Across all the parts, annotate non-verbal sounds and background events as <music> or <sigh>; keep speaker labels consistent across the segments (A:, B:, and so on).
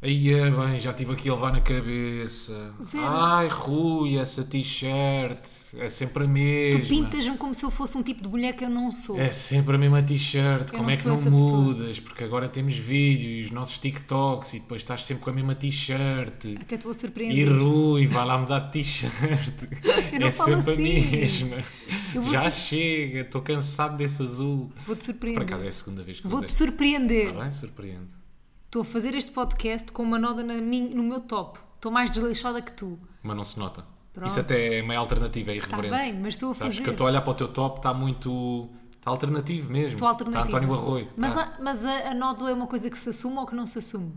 A: Aí é bem, já tive aqui a levar na cabeça.
B: Zero.
A: Ai, Rui, essa t-shirt. É sempre a
B: Tu
A: mesma.
B: pintas-me como se eu fosse um tipo de mulher que eu não sou.
A: É sempre a mesma t-shirt.
B: Eu
A: Como
B: não
A: é que
B: sou
A: não
B: essa pessoa.
A: mudas? Porque agora temos vídeo e os nossos TikToks e depois estás sempre com a mesma t-shirt.
B: Até te vou
A: E
B: surpreender.
A: Rui, vai lá mudar de t-shirt.
B: <laughs> Eu não
A: é
B: falo
A: sempre
B: assim.
A: a mesma.
B: Eu vou
A: Já
B: ser-
A: chega, estou cansado desse azul.
B: Vou-te
A: Por
B: surpreender.
A: acaso é a segunda vez que eu
B: Vou-te
A: usei.
B: surpreender.
A: Está bem, surpreende.
B: Estou a fazer este podcast com uma noda na min- no meu top. Estou mais desleixada que tu.
A: Mas não se nota.
B: Pronto.
A: Isso até é meio alternativa, é
B: Está
A: irreverente.
B: bem, mas estou a
A: Sabes
B: fazer.
A: que eu estou a olhar para o teu top, está muito. Está alternativo mesmo.
B: Estou alternativa.
A: Está Tá, António Arroio.
B: Mas,
A: Está.
B: a, mas a, a nódoa é uma coisa que se assume ou que não se assume?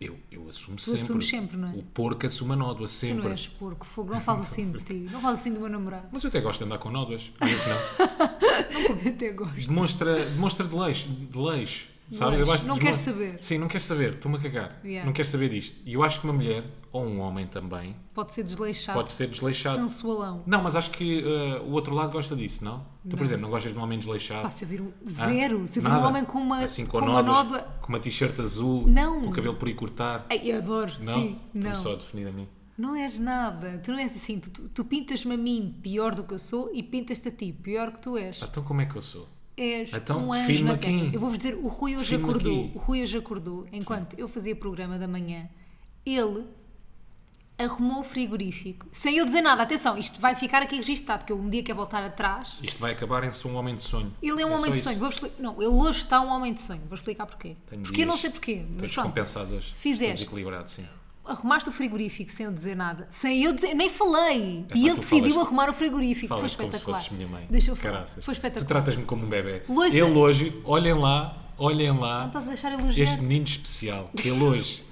A: Eu, eu assumo
B: Tu
A: sempre.
B: assumes sempre, não é?
A: O porco assume a nódoa
B: Tu não
A: sempre.
B: és porco, fogo, não falo assim de ti. Não falo assim do meu namorado.
A: Mas eu até gosto de andar com nódoas. Mas isso
B: <laughs>
A: não.
B: Até gosto.
A: Demonstra, demonstra de leixo. De leixo. Sabes? Eu
B: leixo.
A: gosto de
B: Não quero
A: demonstra-
B: saber.
A: Sim, não quero saber. Estou-me a cagar.
B: Yeah.
A: Não quero saber disto. E eu acho que uma mulher, ou um homem também,
B: Pode ser desleixado.
A: pode ser desleixado.
B: Sensualão.
A: Não, mas acho que eh, o outro lado gosta disso, não? Tu, por exemplo, não gostas de um homem desleixado?
B: Pá, se eu vir um
A: Hã?
B: zero, se eu vir
A: Ah? Nada.
B: um homem com uma,
A: assim,
B: com
A: com,
B: uma
A: nódoas,
B: nódoa.
A: com uma t-shirt azul,
B: Não.
A: com o cabelo por aí cortar.
B: Ai, eu adoro,
A: Não,
B: sim, não.
A: Estão só a definir a mim.
B: Não és nada, tu não és assim. Tu, tu- tu pintas-me a mim pior do que eu sou e pintas-te a ti pior que tu és.
A: Então como é que eu sou?
B: És
A: Então,
B: um anjo
A: filma
B: na terra.
A: aqui.
B: Eu vou-vos dizer, o Rui hoje
A: Filma
B: acordou.
A: aqui.
B: O Rui hoje acordou. Enquanto eu fazia programa da manhã, ele arrumou o frigorífico. Sem eu dizer nada, atenção, isto vai ficar aqui registado, que eu um dia quero voltar atrás.
A: Isto vai acabar em sou um homem de sonho.
B: Ele é um
A: só
B: homem de
A: isso.
B: sonho. Vou explicar. Não, ele hoje está um homem de sonho. Vou explicar porquê.
A: Tenho
B: porque eu não
A: dias.
B: sei porquê.
A: Estou
B: mas pronto.
A: descompensado hoje.
B: Fizeste.
A: Estou desequilibrado, sim.
B: Arrumaste o frigorífico sem eu dizer nada. Sem eu dizer, nem falei.
A: pá,
B: e ele
A: tu
B: decidiu
A: falas-
B: arrumar o frigorífico. Foi
A: Falas como se
B: espetacular.
A: fosses minha mãe.
B: Deixa eu falar.
A: Caraças.
B: Foi
A: Tu
B: espetacular.
A: tratas-me como um bebê.
B: Luísa-
A: Ele hoje, olhem lá, olhem lá.
B: Não estás a deixar elogiar?
A: Este menino especial, que ele hoje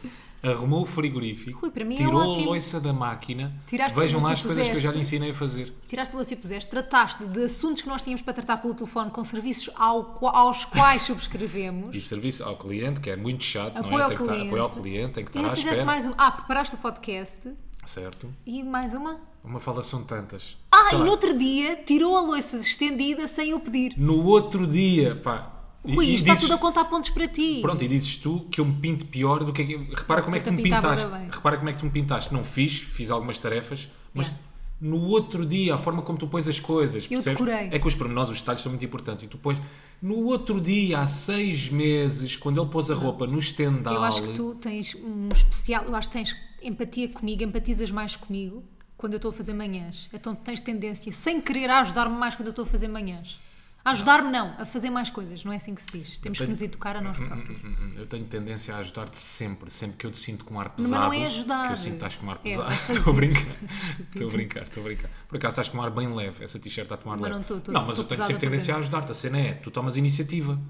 A: arrumou o frigorífico,
B: Rui, para mim é
A: tirou a
B: ótimo.
A: louça da máquina,
B: Tiraste a
A: vejam
B: louça
A: lá
B: e
A: as coisas que eu já lhe
B: puseste.
A: ensinei a fazer.
B: Tiraste o lance e puseste, trataste de assuntos que nós tínhamos para tratar pelo telefone com serviços ao qua- aos quais subscrevemos.
A: <laughs> E serviço ao cliente, que é muito chato, não
B: Apoio
A: é?
B: ao
A: Tem que estar-
B: cliente.
A: apoio ao cliente, tem que
B: e
A: estar à
B: ainda fizeste
A: espera.
B: mais uma. Ah, preparaste o podcast
A: Certo.
B: e mais uma.
A: Uma fala são tantas.
B: Ah,
A: Sei
B: e
A: lá,
B: no outro dia tirou a louça estendida sem eu pedir.
A: no outro dia, pá. E-
B: Rui,
A: e
B: isto está
A: dizes-
B: tudo a contar pontos para ti.
A: Pronto, e dizes tu que eu me pinto pior do que. aqui- Repara como é que
B: Tu
A: tu me
B: te pintava
A: pintaste.
B: bem.
A: Repara como é que tu me pintaste. Não fiz, fiz algumas tarefas, mas
B: Yeah.
A: no outro dia, a forma como tu pões as coisas.
B: Eu
A: percebes?
B: decorei.
A: É que os pormenores, os detalhes são muito importantes. E tu pões. No outro dia, há seis meses, quando ele pôs a roupa no estendal.
B: Eu acho que tu tens um especial, eu acho que tens empatia comigo, empatizas mais comigo quando eu estou a fazer manhãs. Então tens tendência, sem querer, a ajudar-me mais quando eu estou a fazer manhãs. A ajudar-me não, a fazer mais coisas, não é assim que se diz. Temos que
A: tenho-
B: nos educar a nós próprios.
A: Hum, hum, Eu tenho tendência a ajudar-te sempre, sempre que eu te sinto com um ar
B: Mas
A: pesado.
B: não é ajudar.
A: Que eu sinto que estás com um ar
B: É,
A: pesado.
B: fazer.
A: <laughs>
B: <laughs>
A: Estou a brincar. Estou a brincar, estou a brincar. Por acaso estás com um ar bem leve. Essa t-shirt está a tomar
B: Mas
A: leve.
B: não estou, estou-
A: não, mas
B: estou
A: eu tenho
B: pesada
A: sempre
B: por
A: tendência a ajudar-te. A cena é, tu tomas iniciativa.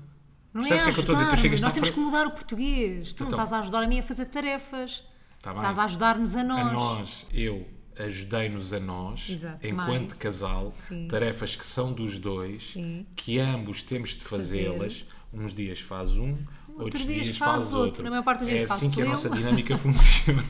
B: Não
A: Percebes o
B: é
A: que é que eu estou a dizer? Tu
B: ajudar-me,
A: chegas
B: nós
A: à
B: temos
A: frente-
B: que mudar o português. Tu não
A: Então.
B: estás a ajudar a mim a fazer tarefas.
A: Tá bem.
B: estás a ajudar-nos a nós.
A: A nós, eu ajudei-nos a nós,
B: Exato,
A: enquanto
B: mais.
A: casal,
B: Sim.
A: tarefas que são dos dois,
B: Sim.
A: que ambos temos de fazê-las. Uns dias faz um, outros, dias, faz outro.
B: Na maior parte dos dias
A: é assim
B: faço
A: que a
B: eu.
A: nossa dinâmica <laughs> funciona.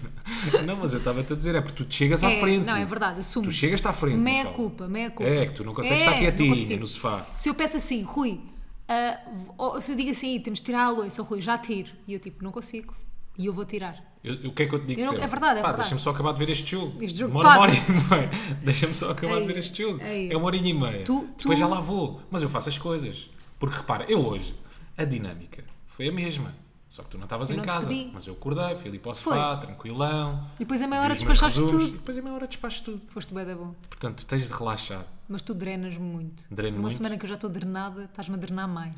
A: não, mas eu estava-te a dizer, é porque tu te chegas à
B: É,
A: frente.
B: não, é verdade, assumo.
A: Tu chegas-te à frente.
B: Meia
A: Miguel.
B: culpa, meia culpa.
A: É, que tu não consegues
B: É,
A: estar
B: não
A: quietinho
B: consigo.
A: no sofá.
B: Se eu peço assim, Rui, ah, ou se eu digo assim, temos de tirar a louça, Rui, já tiro. E eu tipo, não consigo. E eu vou tirar.
A: Eu- eu- O que é que eu te digo
B: Eu não-
A: sempre?
B: é verdade, é
A: Pá,
B: verdade.
A: deixa-me só acabar de ver este jogo.
B: Este jogo,
A: Demora uma
B: pá.
A: hora e meia. <laughs> Deixa-me só acabar
B: É
A: de ver
B: isso,
A: este jogo.
B: é
A: É,
B: isso.
A: uma hora e meia.
B: Tu-
A: Depois
B: tu-
A: já lá vou. Mas eu faço as coisas. Porque repara, eu hoje, a dinâmica foi a mesma. Só que tu não estavas
B: Eu
A: em
B: não te
A: casa.
B: pedi.
A: Mas eu acordei, fui ali para o sofá, tranquilão.
B: E depois a meia hora
A: vi os meus
B: despachaste
A: resumos.
B: tudo.
A: Depois a meia hora despachas tudo.
B: Foste bué da bom.
A: Portanto, tu tens de relaxar.
B: Mas tu drenas-me muito.
A: Dreno
B: Uma
A: muito. é
B: semana que eu já estou drenada, estás-me a drenar mais.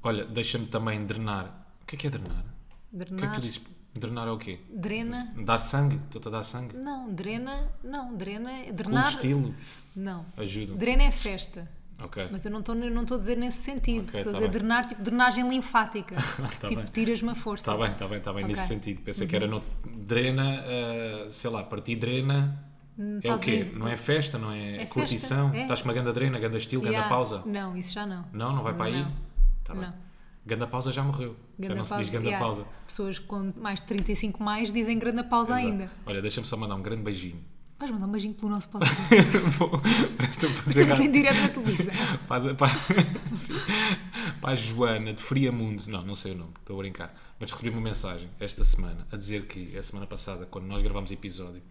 A: Olha, deixa-me também drenar. O que é que é drenar? O que é que
B: Drenar.
A: tu dizes? Drenar é o quê?
B: Drena.
A: Dar sangue? Estou-te a dar sangue?
B: Não, drena. Não, drena. é
A: Com o
B: Drenar.
A: estilo?
B: Não.
A: Ajuda.
B: Drena é festa.
A: Ok.
B: Mas eu não estou não estou a dizer nesse sentido.
A: Ok,
B: estou
A: tá
B: a dizer
A: bem.
B: drenar, tipo drenagem linfática.
A: <laughs> Tá
B: tipo,
A: bem.
B: tiras-me a força.
A: Está Tá bem, está bem, está bem,
B: Ok.
A: nesse sentido. Pensei que era no... drena, ah, sei lá, partir drena. é o
B: estás
A: quê?
B: em-
A: Não é festa, não é,
B: É
A: curtição?
B: festa, é.
A: Estás com uma ganda drena, ganda estilo,
B: E há-
A: ganda pausa?
B: Não, isso já não.
A: Não, não vai para aí?
B: Não.
A: Tá bem.
B: Não.
A: Ganda pausa já morreu. já não se diz ganda
B: e há
A: pausa.
B: Pessoas com mais de 35 mais dizem grande pausa
A: Exato.
B: ainda.
A: <laughs> Olha, deixa-me só mandar um grande beijinho
B: Vais mandar um beijinho
A: <laughs>
B: pelo nosso podcast.
A: Vou- Parece que estou a fazer
B: Estamos em
A: rádio.
B: direto na televisão.
A: <laughs> para, para, <laughs> sim, para a Joana de Friamundo, não, não sei o nome, estou a brincar, mas recebi uma mensagem esta semana a dizer que a semana passada, quando nós gravámos episódio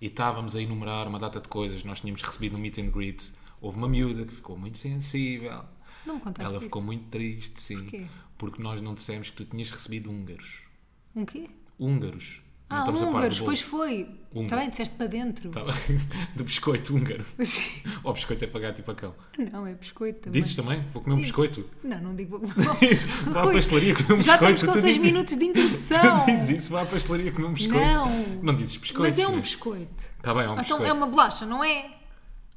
A: e estávamos a enumerar uma data de coisas, nós tínhamos recebido um meet and greet, houve uma miúda que ficou muito sensível,
B: Não me contaste
A: ela
B: isso.
A: ficou muito triste, sim,
B: Porquê?
A: porque nós não dissemos que tu tinhas recebido húngaros.
B: Um quê?
A: Húngaros. Não
B: Ah,
A: estamos a par do
B: húngaros,
A: bolo.
B: pois foi.
A: Húngaro. Tá.
B: Também disseste para dentro.
A: Estava- <laughs> Do biscoito húngaro.
B: <laughs> Sim.
A: Ou biscoito é para gato e para cão.
B: Não, é biscoito também.
A: Dizes também? Vou comer um
B: Digo.
A: biscoito.
B: Não,
A: <laughs>
B: não digo. <laughs>
A: Isso, vá à
B: Rui,
A: pastelaria comer um
B: Já
A: biscoito.
B: estamos com
A: tu
B: 6
A: dizes-
B: minutos de
A: <laughs> Tu
B: introdução.
A: dizes isso, vá à pastelaria comer um biscoito.
B: Não.
A: dizes biscoito.
B: Mas é um biscoito.
A: Está bem, é um
B: Então
A: biscoito.
B: é uma bolacha, não é?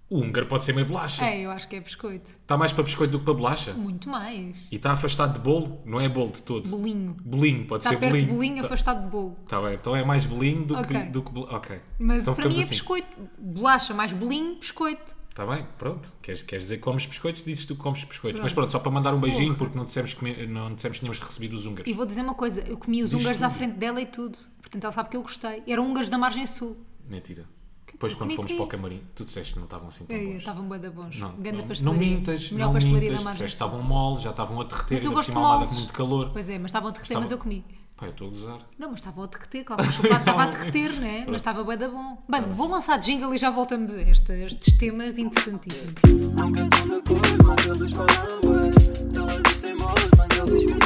A: O húngaro pode ser meio bolacha.
B: É, eu acho que é biscoito.
A: Está mais para biscoito do que para bolacha.
B: Muito mais.
A: E está afastado de bolo, não é bolo de todo.
B: Bolinho.
A: Bolinho, pode
B: Está
A: ser
B: Tá perto
A: bolinho. Tá.
B: de bolinho, afastado de bolo.
A: Está bem, então é mais bolinho do
B: Ok.
A: que, do que bol- Ok.
B: Mas
A: então
B: para mim é
A: ficamos assim.
B: biscoito. Bolacha mais bolinho, biscoito.
A: Está bem, pronto. Queres, queres dizer que comes biscoitos, dizes tu que comes biscoitos.
B: Pronto.
A: Mas pronto, só para mandar um beijinho,
B: Porra.
A: porque não dissemos que, me- não dissemos que tínhamos recebido os húngaros.
B: E vou dizer uma coisa: eu comi os
A: Diz
B: húngaros à
A: tudo.
B: frente dela e tudo. Portanto, ela sabe que eu gostei. Eram húngaros da margem sul.
A: Mentira. Depois, quando
B: comi É
A: fomos
B: quê?
A: para o camarim, tu disseste que não estavam assim tão bons.
B: Estavam bué da bons.
A: Não,
B: Ganda
A: não, não
B: pastelaria.
A: mintas,
B: Melhor
A: não
B: pastelaria
A: mintas,
B: da margem
A: disseste que
B: sul.
A: estavam moles, já estavam a derreter,
B: Mas eu
A: ainda por
B: gosto de
A: cima a lada com
B: moles.
A: muito calor.
B: Pois é, mas estavam a derreter,
A: Estava-
B: mas eu comi.
A: Pá, eu estou a gozar.
B: Não, mas estavam a derreter, claro que o chocolate estava a derreter, né? Mas estava bué da bom. Bem, vou lançar jingle e já voltamos a este- estes temas interessantíssimos.
C: I'm good on the court, my girl is fine with. Don't understand most, my girl is fine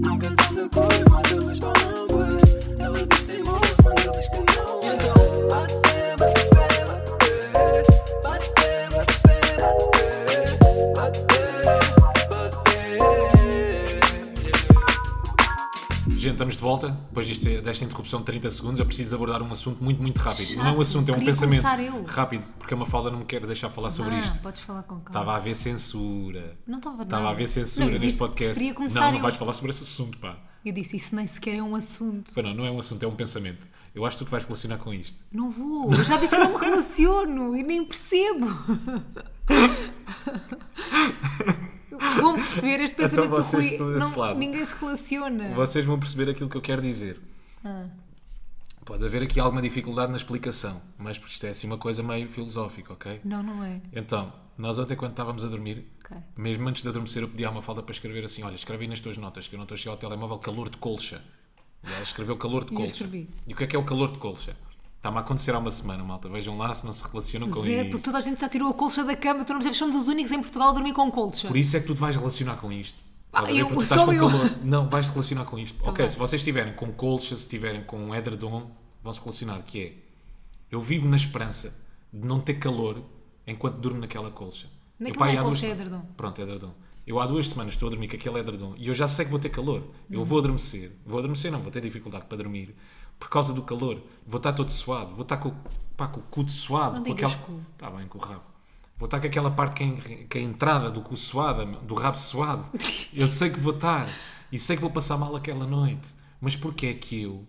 C: I'm good on the court, my girl is fine with. Don't understand most, my girl is fine You know, I damn, I damn, I damn. I damn, I damn, I damn. I damn, I damn.
A: Gente, estamos de volta. Depois deste- desta interrupção de 30 segundos, eu preciso de abordar um assunto muito, muito rápido.
B: Chato,
A: Não é um assunto, é um
B: queria
A: pensamento
B: começar eu.
A: rápido, porque a Mafalda não me quer deixar falar sobre
B: ah,
A: isto.
B: podes falar com calma.
A: Estava a haver censura.
B: Não estava
A: Estava
B: nada.
A: a haver censura
B: Não, eu
A: neste
B: disse que
A: podcast.
B: preferia
A: Não,
B: começar
A: não
B: eu.
A: vais falar sobre esse assunto, pá.
B: Eu disse, isso nem sequer é um assunto.
A: Pá, não, não é um assunto, é um pensamento. Eu acho que tu te vais relacionar com isto.
B: Não vou. Eu já disse que não me relaciono e nem
A: <laughs>
B: percebo. Vão perceber este pensamento
A: Então
B: do
A: vocês
B: Rui.
A: estão desse
B: Não,
A: lado.
B: ninguém se relaciona.
A: Vocês vão perceber aquilo que eu quero dizer.
B: Ah.
A: Pode haver aqui alguma dificuldade na explicação, mas isto é assim uma coisa meio filosófica, ok?
B: Não, não é.
A: Então, nós ontem quando estávamos a dormir,
B: Ok.
A: mesmo antes de adormecer, eu pedi à Mafalda para escrever assim: Olha, escrevi nas tuas notas que eu não estou a chegar ao telemóvel calor de colcha. E ela escreveu calor de
B: E eu
A: colcha.
B: escrevi.
A: E o que é que é o calor de colcha? Está-me a acontecer há uma semana, malta. Vejam lá se não se relacionam com
B: Zé,
A: isto.
B: porque toda a gente já tirou a colcha da cama, tu não percebes? Somos os únicos em Portugal a dormir com colcha.
A: Por isso é que tu te vais relacionar com isto.
B: Ah,
A: Estás a ver?
B: eu-
A: Porque
B: só eu. Tá
A: Não, vais te relacionar com isto. ok,
B: bem.
A: se vocês estiverem com colcha, se estiverem com um edredom, vão se relacionar. Que é, eu vivo na esperança de não ter calor enquanto durmo naquela colcha.
B: Naquela
A: Eu, pá,
B: é
A: há
B: colcha,
A: duas-
B: é edredom.
A: Pronto, é edredom. Eu há duas semanas estou a dormir com aquele edredom e eu já sei que vou ter calor. Eu vou adormecer. Vou adormecer, não, vou ter dificuldade para dormir. Por causa do calor. Vou estar todo suado. Vou estar com, pá, com o cu de suado.
B: Não
A: com
B: digas
A: aquela-
B: cu.
A: Está bem, com o rabo. Vou estar com aquela parte que é, que é a entrada do cu suada, do rabo suado. Eu sei que vou estar. E sei que vou passar mal aquela noite. Mas porquê é que eu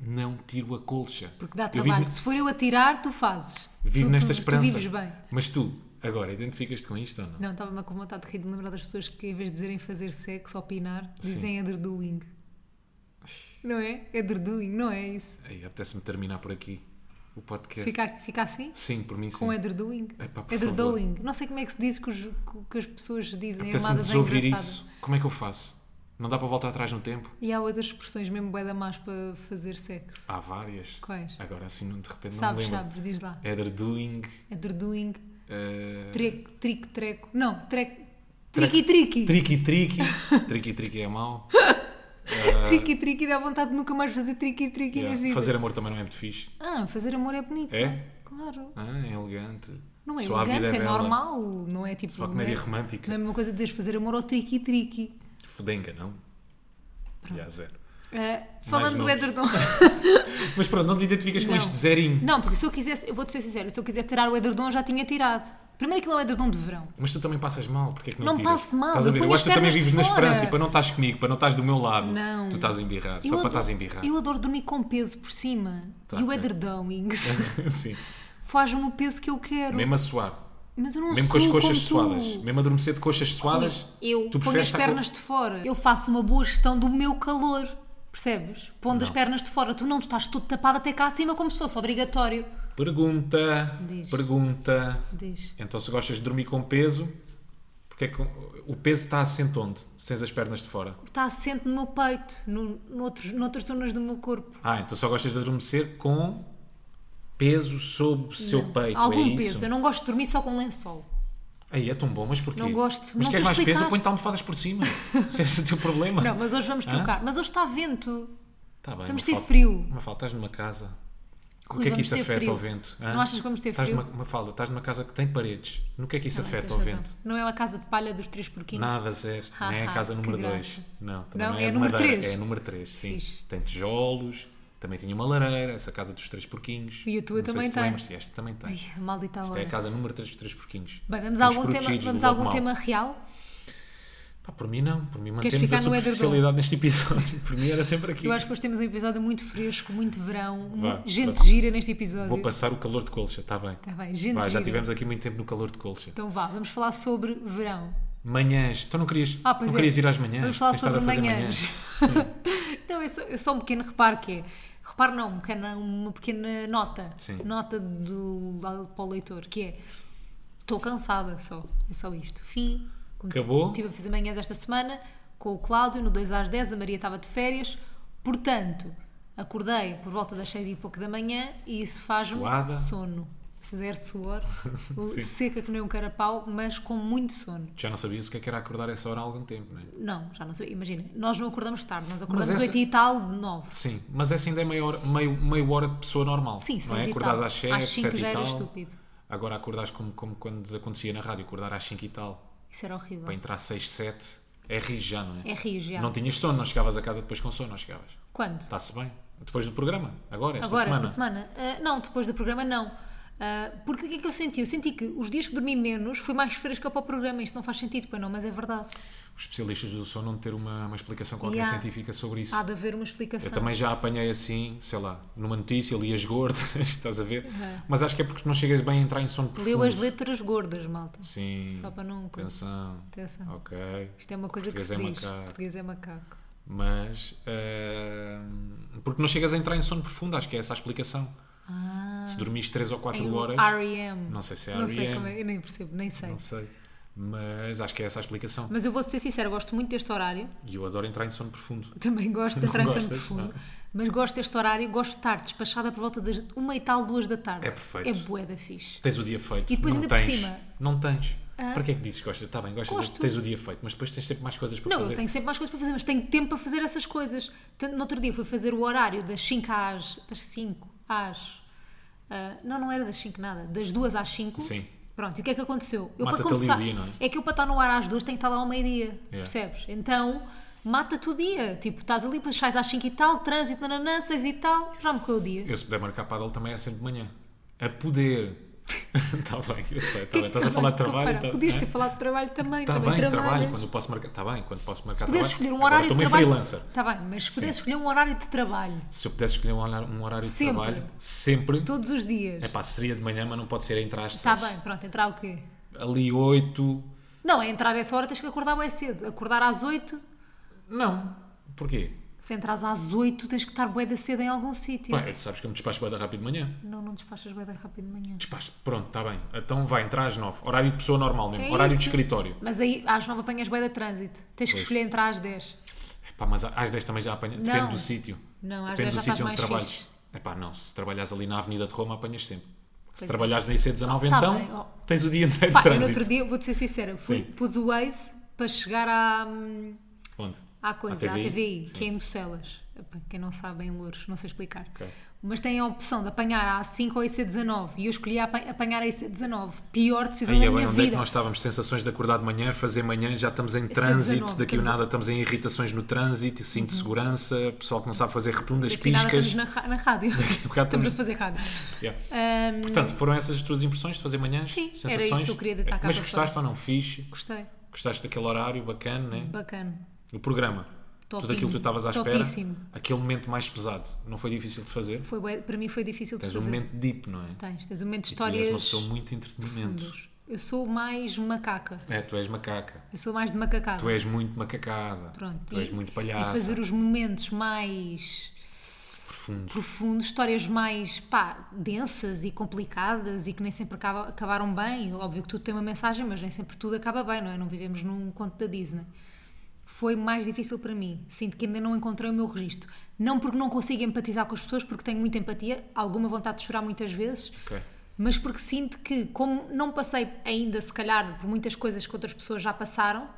A: não tiro a colcha?
B: Porque dá
A: Eu
B: trabalho.
A: vivo,
B: Se for eu a tirar, tu fazes.
A: vivo
B: tu,
A: nesta
B: tu,
A: esperança.
B: Tu vives bem.
A: Mas tu, agora, identificas-te com isto ou não?
B: Não, estava-me com vontade de rir de me lembrar das pessoas que, em vez de dizerem fazer sexo, opinar, dizem edredoing. Não é? Edredoing, não é isso?
A: Ei, apetece-me terminar por aqui o podcast.
B: Fica, fica assim?
A: É. Sim, por mim sim.
B: Com edredoing?
A: Epá, por
B: Edredoing. Não sei como é que se diz que, os- que as pessoas dizem
A: Apetece-me
B: armadas é
A: desouvir
B: engraçada.
A: isso. Como é que eu faço? Não dá para voltar atrás no tempo?
B: E há outras expressões mesmo bué da más para fazer sexo.
A: Há várias.
B: Quais?
A: Agora assim, Ah, não- de repente, não me
B: sabes,
A: lembro.
B: sabes, diz lá. É
A: Edredoing.
B: Edredoing,
A: eh,
B: treco, trico, treco. Não, treco.
A: Treco.
B: Triqui, triqui.
A: Triqui triqui.
B: <laughs>
A: triqui triqui é mau.
B: Triqui, triqui. Dá vontade de nunca mais fazer triqui, triqui
A: Ah. Yeah.
B: na vida.
A: Fazer amor também não é muito fixe.
B: Ah, fazer amor é bonito.
A: É?
B: Claro.
A: Ah, é elegante.
B: Não é
A: Só a vida
B: elegante, é,
A: bela.
B: normal, não é tipo.
A: Só a comédia
B: não é-
A: romântica.
B: Não é a mesma coisa dizeres fazer amor ao triqui-triqui.
A: Fodenga, não? Já, zero.
B: Ah, falando do
A: nomes.
B: edredom. <laughs>
A: Mas pronto, não te identificas com
B: Não.
A: este um. zerinho.
B: não, porque se eu quisesse, eu vou-te ser sincero, se eu quisesse tirar o edredom já tinha tirado. Primeiro aquilo é um edredom de verão.
A: Mas tu também passas mal, porque é que não,
B: Não
A: tiras?
B: passo mal,
A: Estás a
B: eu
A: ver?
B: ponho
A: Eu
B: as
A: acho que tu também
B: pernas de
A: vives na
B: fora.
A: esperança e para não estás comigo, para não estás do meu lado,
B: Não.
A: tu estás a embirrar,
B: Eu
A: só para
B: adoro-
A: estás a embirrar.
B: Eu adoro dormir com peso por cima.
A: Tá,
B: e o
A: ok.
B: edredom Ings,
A: <laughs> Sim.
B: faz-me o peso que eu quero.
A: Mesmo a suar.
B: Mas eu não
A: Mesmo
B: sou
A: com as coxas
B: como tu.
A: suadas. Mesmo a adormecer de coxas suadas.
B: Eu
A: tu
B: ponho
A: preferes
B: as
A: estar
B: pernas de fora. Eu faço uma boa gestão do meu calor. Percebes? Pondo as pernas de fora. Tu não, tu estás todo tapado até cá acima como se fosse obrigatório.
A: Pergunta,
B: Diz.
A: pergunta.
B: Diz.
A: Então, se gostas de dormir com peso, porque é que o peso está assente onde? Se tens as pernas de fora.
B: Está assente no meu peito, no, noutros, noutras zonas do meu corpo.
A: Ah, então só gostas de adormecer com peso sobre o seu peito. é
B: Algum
A: isso?
B: peso. Eu não gosto de dormir só com lençol.
A: Aí é tão bom, mas porquê?
B: Não gosto,
A: Mas
B: não sei
A: queres mais peso?
B: explicar.
A: Eu ponho-te almofadas por
B: <laughs>
A: cima. Se esse é o teu problema.
B: Não, mas hoje vamos
A: Hã?
B: trocar. Mas hoje está vento.
A: Tá bem,
B: Vamos
A: Mafalda.
B: ter frio.
A: Mafalda, estás numa casa. o
B: Rui,
A: que é que
B: vamos
A: isso
B: ter
A: afeta
B: frio.
A: ao vento? hã?
B: Não achas que vamos ter
A: Estás
B: frio?
A: numa- Mafalda, estás numa casa que tem paredes. No que é que isso
B: Ah,
A: afeta
B: tens
A: ao
B: razão.
A: vento?
B: Não é a casa de palha dos três porquinhos?
A: Nada, zero.
B: Ha,
A: Nem é a
B: ha,
A: casa
B: que
A: número
B: graça.
A: 2. Não, também
B: Não,
A: não é,
B: é a
A: de
B: número
A: madeira.
B: três.
A: É a número 3, sim.
B: Fixe.
A: Tem tijolos, também tinha uma lareira, essa casa dos três porquinhos.
B: E a tua
A: Não sei
B: também
A: se te
B: tem.
A: lembras, e esta também tem.
B: Ai, a maldita
A: Isto
B: hora.
A: é a casa número 3 dos três porquinhos.
B: Bem, vamos a
A: Os
B: algum, tema,
A: protegidos do
B: vamos a
A: lobo
B: algum
A: mau.
B: tema real?
A: Pá, por mim não. Por mim
B: Queres
A: mantemos a
B: ficar no edredom?
A: superficialidade neste episódio. <laughs> Por mim era sempre aqui.
B: Eu acho que hoje temos um episódio muito fresco, muito verão,
A: Vá,
B: mu- gente
A: vá.
B: gira neste episódio.
A: Vou passar o calor de colcha, está bem.
B: Tá bem, gente
A: Vá, já
B: gira.
A: tivemos aqui muito tempo no calor de colcha.
B: Então vá, vamos falar sobre verão.
A: Manhãs. Então não querias,
B: Ah, pois
A: não
B: é.
A: querias ir às manhãs?
B: Vamos falar
A: Tens estado
B: sobre
A: a fazer
B: manhãs. <laughs> não, é só, é só um pequeno reparo que é. Reparo não, uma pequena, uma pequena nota.
A: Sim.
B: Nota do, lá para o leitor, que é. Estou cansada só. É só isto. Fim. Como
A: Acabou.
B: Estive a fazer manhãs esta semana com o Cláudio, no 2 às 10, a Maria estava de férias. Portanto, acordei por volta das 6 e pouco da manhã e isso faz-me
A: Suada.
B: sono. Se der suor,
A: <laughs> Sim.
B: seca que nem um carapau, mas com muito sono.
A: Já não sabias o que é que era acordar a essa hora há algum tempo, não é?
B: Não, já não sei. Imagina, nós não acordamos tarde, nós acordamos
A: essa-
B: 8 e tal, 9.
A: Sim, mas essa ainda é meia hora, meio, meio hora de pessoa normal.
B: Sim,
A: não é?
B: seis e
A: Acordares
B: tal.
A: às 7,
B: Às
A: 7
B: 5
A: e
B: já
A: tal.
B: era estúpido.
A: Agora acordares como, como quando acontecia na rádio, acordar às 5 e tal,
B: Isso era horrível.
A: para entrar às 6, 7, é rir já, não é?
B: É rir já.
A: Não tinhas sono, não chegavas a casa depois com sono, não chegavas.
B: Quando?
A: Está-se bem. Depois do programa, agora, esta
B: Agora,
A: semana.
B: esta semana? Ah, não, depois do programa não. Ah, porque o que é que eu senti? Eu senti que os dias que dormi menos foi mais fresca para o programa. Isto não faz sentido, pois não, mas é verdade.
A: Os especialistas do sono não ter uma, uma explicação qualquer
B: Yeah. Ah,
A: científica sobre isso.
B: Há de haver uma
A: Eu
B: explicação.
A: também já apanhei assim, sei lá, numa notícia, li as gordas, <laughs> estás a ver? Mas acho que é porque não chegas bem a entrar em sono profundo.
B: Leu as letras gordas, malta.
A: Sim.
B: Só para não.
A: Atenção.
B: Atenção.
A: Ok.
B: Isto é uma coisa que
A: Português
B: se
A: é
B: diz.
A: macaco.
B: Português é macaco.
A: Mas. ahm, porque não chegas a entrar em sono profundo, acho que é essa a explicação.
B: Ah,
A: Se dormiste 3 ou 4
B: em
A: horas.
B: R.E.M.
A: Não sei se é
B: Não sei
A: R.E.M..
B: como é, eu nem percebo, nem sei.
A: Não sei. Mas acho que é essa a explicação.
B: Mas eu vou ser sincera, eu gosto muito deste horário. <laughs>
A: E eu adoro entrar em sono profundo.
B: Também gosto da trança
A: gostas?
B: profundo.
A: Não.
B: Mas gosto deste horário, gosto de estar despachada por volta das uma e tal, duas da tarde.
A: É perfeito.
B: É bué da fixe.
A: Tens o dia feito.
B: E depois
A: não
B: ainda por
A: tens.
B: cima.
A: Não tens.
B: Ah.
A: Para que é que dizes que gostas? Está bem, gostas.
B: Gosto.
A: Tens o dia feito, mas depois tens sempre mais coisas para
B: Não,
A: fazer.
B: eu tenho sempre mais coisas para fazer, mas tenho tempo para fazer essas coisas. Tanto, no outro dia fui fazer o horário das 5 às. das 5 às. ah, não, não era das 5 nada, das 2 às 5.
A: Sim.
B: Pronto, e o que é que aconteceu? Eu
A: Mata-te ali o dia, não é?
B: que eu para estar no ar às 2 tenho que estar lá ao meio-dia,
A: Yeah.
B: percebes? Então, mata-te o dia. Tipo, estás ali, depois sais às 5 e tal, trânsito, nananã, 6 e tal, já me correu o dia.
A: Eu, se puder marcar paddle, também é sempre de manhã. A poder. <laughs> Está bem, eu sei, está
B: Que
A: bem.
B: é que
A: Estás a falar de
B: também-
A: trabalho.
B: Repara,
A: tá-
B: Podias ter
A: é?
B: falado de trabalho também.
A: Está
B: também
A: bem, trabalho.
B: trabalhas.
A: Quando eu posso marcar. Está bem, quando posso marcar
B: Pudesse
A: trabalho.
B: escolher um
A: Agora
B: horário
A: estou
B: de
A: meio
B: trabalho.
A: freelancer.
B: Está bem, mas se
A: Sim.
B: pudesse escolher um horário de trabalho
A: Se eu pudesse escolher um horário, um horário de
B: Sempre.
A: trabalho, sempre.
B: todos os dias.
A: É pá, seria de manhã, mas não pode ser entrar às
B: Está
A: seis.
B: Tá bem, pronto, entrar o quê?
A: Ali oito.
B: Não, é entrar essa hora tens que acordar bem cedo. Acordar às 8,
A: Não. Porquê?
B: se entras às 8 tens que estar bué da cedo em algum sítio.
A: Bem, sabes que eu me despacho bem rápido de manhã.
B: Não, não despachas bué da rápido de manhã.
A: Despacho. Pronto, está bem. Então vai entrar às nove. Horário de pessoa normal mesmo.
B: É
A: horário de
B: isso.
A: escritório.
B: Mas aí às 9 apanhas bué da trânsito. Tens que
A: Pois.
B: escolher entrar às 10.
A: Epá, mas às 10 também já apanha. Depende
B: Não.
A: do sítio.
B: Não, às
A: Depende
B: 10
A: do
B: já estás
A: sítio onde
B: mais
A: trabalhas.
B: fixe.
A: Epá, não. Se trabalhas ali na Avenida de Roma, apanhas sempre. Se
B: Pois é.
A: trabalhares na IC19,
B: Tá
A: então,
B: bem, ó.
A: tens o dia inteiro
B: Pá,
A: de
B: eu no
A: trânsito.
B: outro dia, vou-te ser sincera, fui,
A: Sim.
B: pus o Waze para chegar à, hum,
A: Onde?
B: à coisa, à TVI,
A: Sim.
B: que é em Bucelas. Para quem não sabe, é em Louros, não sei explicar.
A: Ok.
B: Mas tem a opção de apanhar a A5 ou a IC19 e eu escolhi apa- apanhar a IC19. Pior decisão
A: Aí é
B: da
A: bem,
B: minha
A: onde é que
B: vida. é
A: nós estávamos? Sensações de acordar de manhã, fazer manhã, já estamos em trânsito,
B: 19,
A: daqui a
B: estamos-
A: nada estamos em irritações no trânsito, cinto de segurança, pessoal que não sabe fazer rotundas,
B: Uhum. Daqui a nada
A: piscas.
B: estamos na, ra- na
A: <laughs>
B: rádio.
A: a bocado
B: estamos
A: estamos-
B: a fazer rádio.
A: Yeah.
B: Hum,
A: Portanto, foram essas as tuas impressões de fazer manhãs?
B: Sim, era isto
A: sensações?
B: que eu queria destacar
A: Mas
B: para
A: gostaste ou não? Fixe?
B: gostei.
A: Gostaste daquele horário bacana, né?
B: Bacana.
A: O programa. Tudo
B: Topinho.
A: aquilo que tu estavas à espera.
B: Topíssimo.
A: Aquele momento mais pesado. Não foi difícil de fazer?
B: Foi, bué- para mim foi difícil
A: Tens
B: de
A: um
B: fazer.
A: momento deep, não é?
B: Tens, tens um momento de
A: Tu és uma
B: histórias.
A: pessoa muito de entretenimento.
B: Eu sou mais macaca.
A: É, tu és macaca.
B: Eu sou mais de macacada.
A: Tu és muito macacada.
B: Pronto,
A: Tu
B: e-
A: és muito
B: E
A: palhaça.
B: fazer os momentos mais
A: profundos.
B: profundo, histórias mais pá, densas e complicadas e que nem sempre acaba- acabaram bem. Óbvio que tudo tem uma mensagem, mas nem sempre tudo acaba bem, não é? Não vivemos num conto da Disney. Foi mais difícil para mim. Sinto que ainda não encontrei o meu registro. Não porque não consigo empatizar com as pessoas, porque tenho muita empatia, alguma vontade de chorar muitas vezes,
A: Ok.
B: mas porque sinto que, como não passei ainda, se calhar, por muitas coisas que outras pessoas já passaram,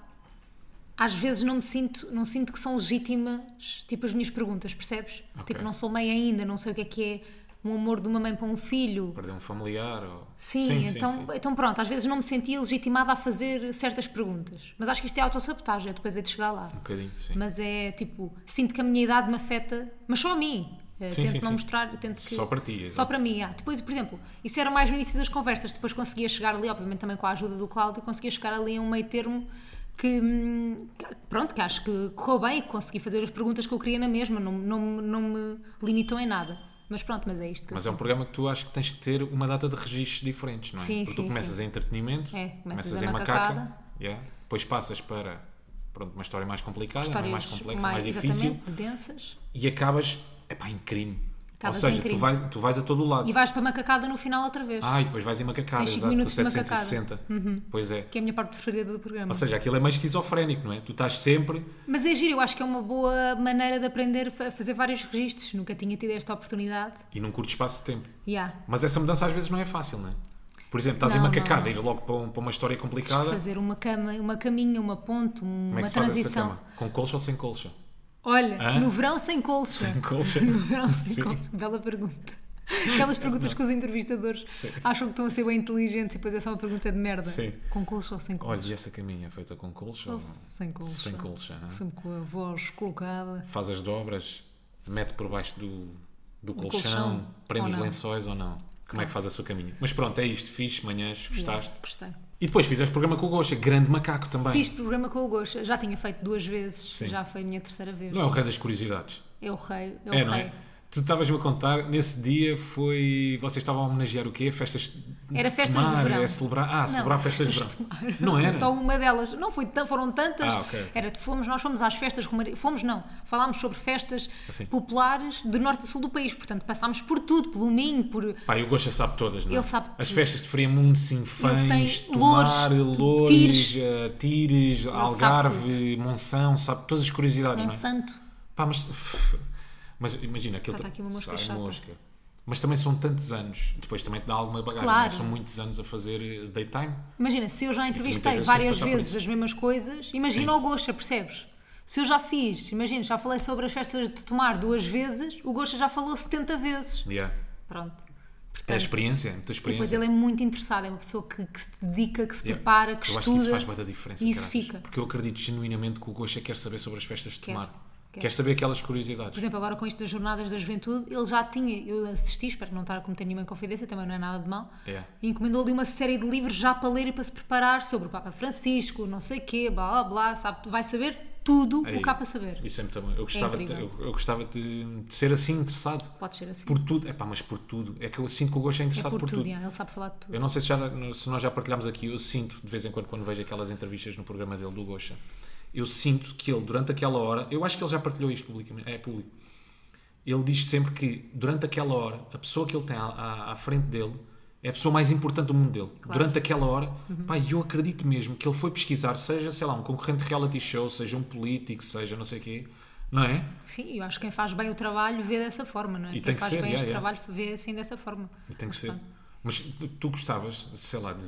B: às vezes não me sinto, não sinto que são legítimas, tipo as minhas perguntas, percebes?
A: Ok.
B: Tipo, não sou mãe ainda, não sei o que é que é um amor de uma mãe para um filho.
A: Perder um familiar ou.
B: Sim, então, então pronto, às vezes não me sentia legitimada a fazer certas perguntas. Mas acho que isto é autossabotagem, eu depois é de chegar lá.
A: Um bocadinho, sim.
B: Mas é tipo, sinto que a minha idade me afeta, mas só a mim. Eh,
A: Sim,
B: tento
A: sim,
B: não
A: sim.
B: mostrar, tento que.
A: Só para ti, exato.
B: Só para mim, ah. Depois, por exemplo, isso era mais no início das conversas, depois conseguia chegar ali, obviamente também com a ajuda do Cláudio, conseguia chegar ali a um meio termo que, hum, que- pronto, que acho que correu bem e que consegui fazer as perguntas que eu queria na mesma, não, não, me- não me limitou em nada. Mas pronto, mas é isto que eu
A: Mas é um programa que tu acho que tens que ter uma data de registros diferentes, não é?
B: Sim,
A: Porque
B: sim,
A: tu começas
B: sim.
A: em entretenimento,
B: É, começas
A: em
B: em
A: macaca,
B: macacada.
A: yeah, depois passas para pronto, uma história mais complicada, não é?
B: Histórias
A: mais complexa, mais, difícil,
B: exatamente, densas.
A: e acabas epá, em crime.
B: Acabas
A: Ou seja,
B: em crime.
A: Tu, vais, tu vais a todo o lado.
B: E vais para macacada no final outra vez,
A: Ah, e depois vais em macacada,
B: Tens cinco
A: exato,
B: minutos de
A: com 760. Pois é.
B: que é a minha parte preferida do programa.
A: Ou seja, aquilo é meio esquizofrénico, não é? Tu estás sempre.
B: Mas é giro, eu acho que é uma boa maneira de aprender a fazer vários registros. Nunca tinha tido esta oportunidade.
A: e num curto espaço de tempo.
B: Yeah.
A: Mas essa mudança às vezes não é fácil, não é? Por exemplo, estás
B: Não,
A: em macacada,
B: não.
A: ir logo para, um- para uma história
B: Tens de
A: complicada.
B: fazer uma cama, uma caminha, uma ponte, um-
A: Como é
B: uma
A: que se faz essa
B: transição.
A: cama? Com colcha ou sem colcha?
B: Olha,
A: Hã?
B: no verão sem colcha. <laughs>
A: Sem <laughs> colcha.
B: No verão
A: Sim.
B: sem colcha. Bela pergunta. Aquelas perguntas que os entrevistadores
A: Sim.
B: acham que estão a ser bem inteligentes e depois é só uma pergunta de merda.
A: Sim.
B: Com colcha ou sem colcha?
A: Olha, e essa caminha é feita com colcha ou
B: sem colcha.
A: sem colcha? não é?
B: Sempre com a voz colocada.
A: Faz as dobras, mete por baixo do, do colchão,
B: colchão,
A: prende
B: ou
A: os
B: não.
A: lençóis ou não? Como é que faz a sua caminha? Mas pronto, é isto. Fiz manhãs, gostaste.
B: Yeah, gostei.
A: E depois fizeste programa com o Gocha, grande macaco também.
B: Fiz programa com o Gosha, já tinha feito duas vezes,
A: Sim.
B: já foi a minha terceira vez.
A: Não é o rei das curiosidades.
B: É o rei, é o
A: É, não
B: rei.
A: é? Tu estavas-me a contar, nesse dia foi. Vocês estavam a homenagear o quê? Festas.
B: Era
A: de
B: festas de
A: tomar,
B: verão.
A: É celebrar. Ah, celebrar festas de verão.
B: tomar.
A: Não era?
B: Só uma delas. Não foi, tan- foram tantas.
A: Ah, ok, ok.
B: Era de fomos, nós fomos às festas, romari- fomos não, falámos sobre festas
A: Assim.
B: populares de norte a sul do país. Portanto, passámos por tudo, pelo Minho, por
A: Pá, e o Gocha sabe todas, não é?
B: Ele sabe
A: As
B: tudo.
A: festas de Friamundo, Sinfãs,
B: Ele tem
A: Tomar,
B: Loures,
A: Loures, eh, Tires, Algarve,
B: tudo.
A: Monção, sabe todas as curiosidades, não é?
B: Monsanto.
A: Pá, mas, mas imagina, aquilo
B: Tá, tá aqui uma mosca
A: Sai
B: chata.
A: mosca. Mas também são tantos anos. Depois também te dá alguma bagagem.
B: Claro.
A: não é? São muitos anos a fazer eh, daytime.
B: Imagina, se eu já entrevistei
A: vezes tens
B: várias
A: de passar por
B: vezes as mesmas coisas, imagina o Gosha, percebes? Se eu já fiz, imagina, já falei sobre as festas de tomar duas vezes, o Gosha já falou 70 vezes.
A: Yeah.
B: Pronto.
A: É a experiência, é muita
B: E depois
A: experiência.
B: ele é muito interessado, é uma pessoa que, que se dedica, que se
A: Yeah.
B: prepara, que
A: eu acho
B: estuda.
A: que isso faz muita diferença.
B: E isso
A: caraças.
B: fica.
A: Porque eu acredito genuinamente que o Gocha quer saber sobre as festas de tomar. Quer,
B: Quer.
A: saber aquelas
B: Por
A: curiosidades.
B: exemplo, agora com isto das jornadas da juventude, ele já tinha, eu assisti, espero não estar a cometer nenhuma confidência, também não é nada de mal,
A: É.
B: e encomendou ali uma série de livros já para ler e para se preparar sobre o Papa Francisco, não sei quê, blá blá blá, sabe? Tu Vai saber tudo
A: Aí,
B: o que há para saber.
A: Isso é muito bom. Eu gostava, de,
B: incrível.
A: eu, eu gostava de, de ser assim interessado.
B: Pode ser assim.
A: Por tudo. É pá, mas por tudo. É que eu sinto que o Gocha é
B: é
A: interessado
B: por,
A: por
B: tudo,
A: tudo. É.
B: já, ele sabe falar de tudo.
A: Eu não sei se, já, se nós já partilhámos aqui, eu sinto, de vez em quando, quando vejo aquelas entrevistas no programa dele, do Gocha, eu sinto que ele, durante aquela hora, eu acho que ele já partilhou isto publicamente, é público, ele diz sempre que, durante aquela hora, a pessoa que ele tem à, à- à frente dele é a pessoa mais importante do mundo dele. Durante aquela hora, pá, eu acredito mesmo que ele foi pesquisar, seja, sei lá, um concorrente de reality show, seja um político, seja não sei o quê, não é?
B: Sim, eu acho que quem faz bem o trabalho vê dessa forma, não é?
A: E
B: quem
A: tem que
B: faz
A: ser,
B: bem
A: já,
B: este
A: já.
B: trabalho vê assim dessa forma.
A: E tem que ser. Mas tu- tu gostavas, sei lá, de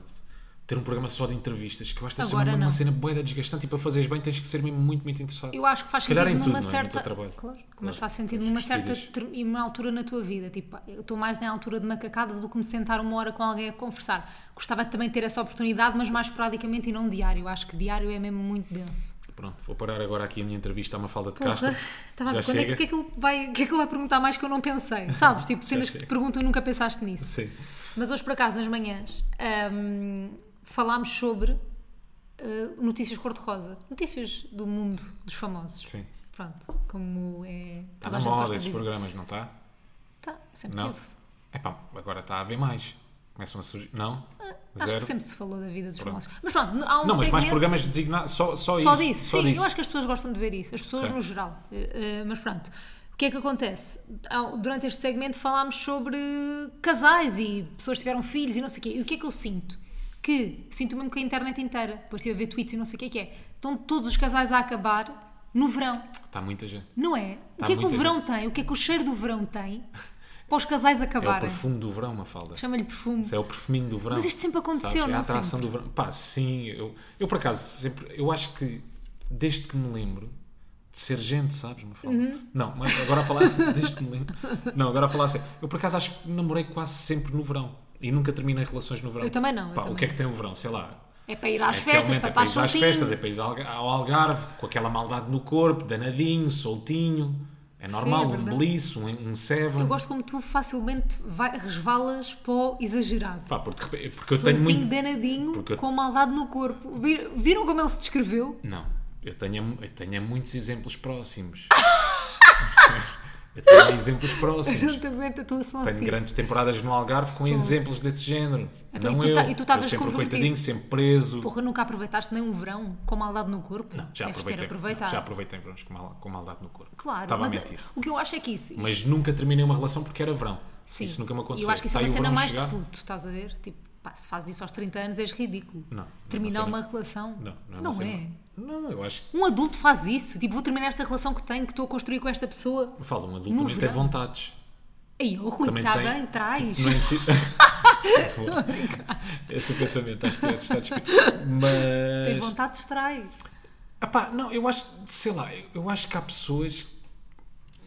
A: ter um programa só de entrevistas, que eu acho que deve ser uma,
B: Agora
A: uma
B: não.
A: cena boeda desgastante e para fazeres bem tens que ser mesmo muito, muito interessado.
B: Eu acho que faz
A: Se calhar
B: sentido
A: em tudo,
B: numa
A: não é? No
B: certa.
A: teu trabalho.
B: Claro, mas
A: Claro,
B: faz sentido
A: pois,
B: numa certa
A: decides.
B: ter- e uma altura na tua vida. Tipo, eu estou mais na altura de macacada do que me sentar uma hora com alguém a conversar. Gostava de também ter essa oportunidade, mas mais esporadicamente e não diário. Acho que diário é mesmo muito denso.
A: Pronto, vou parar agora aqui a minha entrevista à Mafalda de Castro.
B: Porra, estava a
A: Já
B: ver, quando é que,
A: chega.
B: o que é que ele vai, o que é que ele vai perguntar mais que eu
A: <laughs>
B: não pensei? Sabes? Tipo, cenas que
A: chega.
B: te perguntam e nunca pensaste nisso.
A: Sim.
B: Mas hoje, por acaso, nas manhãs, hum, falámos sobre eh, notícias cor-de-rosa. Notícias do mundo dos famosos.
A: Sim.
B: Pronto, como é.
A: Está Tá
B: toda
A: na
B: a gente gosta
A: moda
B: de
A: esses
B: dizer.
A: programas, não está?
B: Tá, sempre
A: Não?
B: teve.
A: É pá, agora está a haver mais. Começam a surgir. Não?
B: Acho
A: Zero?
B: que sempre se falou da vida dos
A: Pronto.
B: famosos. Mas pronto, há um
A: não, mas mais
B: Ah, segmento
A: programas designados, só, só,
B: só
A: isso.
B: disso.
A: só
B: Sim,
A: disso.
B: eu acho que as pessoas gostam de ver isso. As pessoas
A: Ok.
B: no geral. Eh, eh, mas pronto, que é que acontece? Ao- Durante este segmento falámos sobre casais e pessoas que tiveram filhos e não sei o quê. E o que é que eu sinto? Que sinto mesmo que a internet inteira, depois estive a ver tweets e não sei o que é que é. Estão todos os casais a acabar no verão,
A: Está muita gente.
B: não é? O
A: Tá
B: que é que o
A: muita
B: verão tem? O que é que o cheiro do verão tem para os casais
A: É o
B: acabarem?
A: perfume do verão, uma falda.
B: Chama-lhe perfume.
A: Isso é o perfuminho do verão.
B: Mas isto sempre aconteceu,
A: sabes? É
B: não
A: a atração
B: sempre?
A: do verão. Pá, sim, eu, eu por acaso sempre. Eu acho que desde que me lembro de ser gente, sabes? Me fala.
B: Uhum.
A: Não, mas agora a falar. <laughs> desde que me lembro. Não, agora a falar assim. Eu por acaso acho que namorei quase sempre no verão e nunca terminei relações no verão.
B: Eu também não, eu
A: Pá,
B: também
A: o que é que tem o verão? Sei lá.
B: É para ir às
A: É,
B: festas,
A: realmente,
B: para
A: é para
B: estar
A: ir às
B: soltinho.
A: festas, é para ir ao ao Algarve, com aquela maldade no corpo, danadinho, soltinho. É normal, um
B: verdade.
A: beliço, um, um seven.
B: Eu gosto como tu facilmente vai- resvalas para o exagerado.
A: Pá, porque, de repente- porque eu tenho
B: Soltinho,
A: muito.
B: danadinho,
A: porque eu-
B: com maldade no corpo. Vir- Viram como ele se descreveu?
A: Não, eu tenho, eu tenho muitos exemplos
B: <laughs>
A: próximos. eu tenho exemplos próximos.
B: Não te aguento, tu sou
A: Tenho
B: assim.
A: grandes temporadas no Algarve com
B: Sou-
A: exemplos desse género.
B: Então,
A: não
B: e tu
A: eu.
B: ta- e tu
A: eu
B: estavas
A: sempre
B: comprometido.
A: coitadinho, sempre preso.
B: Porra, nunca aproveitaste nem um verão com maldade no corpo?
A: Não, já
B: Deves ter
A: aproveitei.
B: aproveitado.
A: Já aproveitei verões com, mal, com maldade no corpo.
B: Claro,
A: Estava
B: mas
A: a mentir.
B: o que eu acho é que isso.
A: Mas nunca terminei uma relação porque era verão.
B: sim.
A: Isso nunca me aconteceu.
B: Eu acho que isso
A: Tá
B: é uma
A: aí o
B: cena
A: verão
B: mais
A: chegar.
B: de puto, estás a ver? Tipo, pá, se fazes isso aos 30 anos és ridículo.
A: Não, não é
B: Terminar
A: uma
B: uma
A: cena-
B: relação.
A: Não, não é.
B: não
A: uma cena-
B: é.
A: Não, eu acho que.
B: Um adulto faz isso. Tipo, vou terminar esta relação que tenho, que estou a construir com esta pessoa.
A: Fala, um adulto
B: No
A: também tem
B: verão.
A: vontades.
B: Ei, oh, Rui,
A: Também
B: está
A: tem- <laughs>
B: bem, traz.
A: Não é assim- Boa.
B: assim.
A: Esse é o pensamento, acho que é assustado. Mas.
B: Tens vontade, distrai.
A: Epá, não, eu acho, sei lá, eu- eu acho que há pessoas.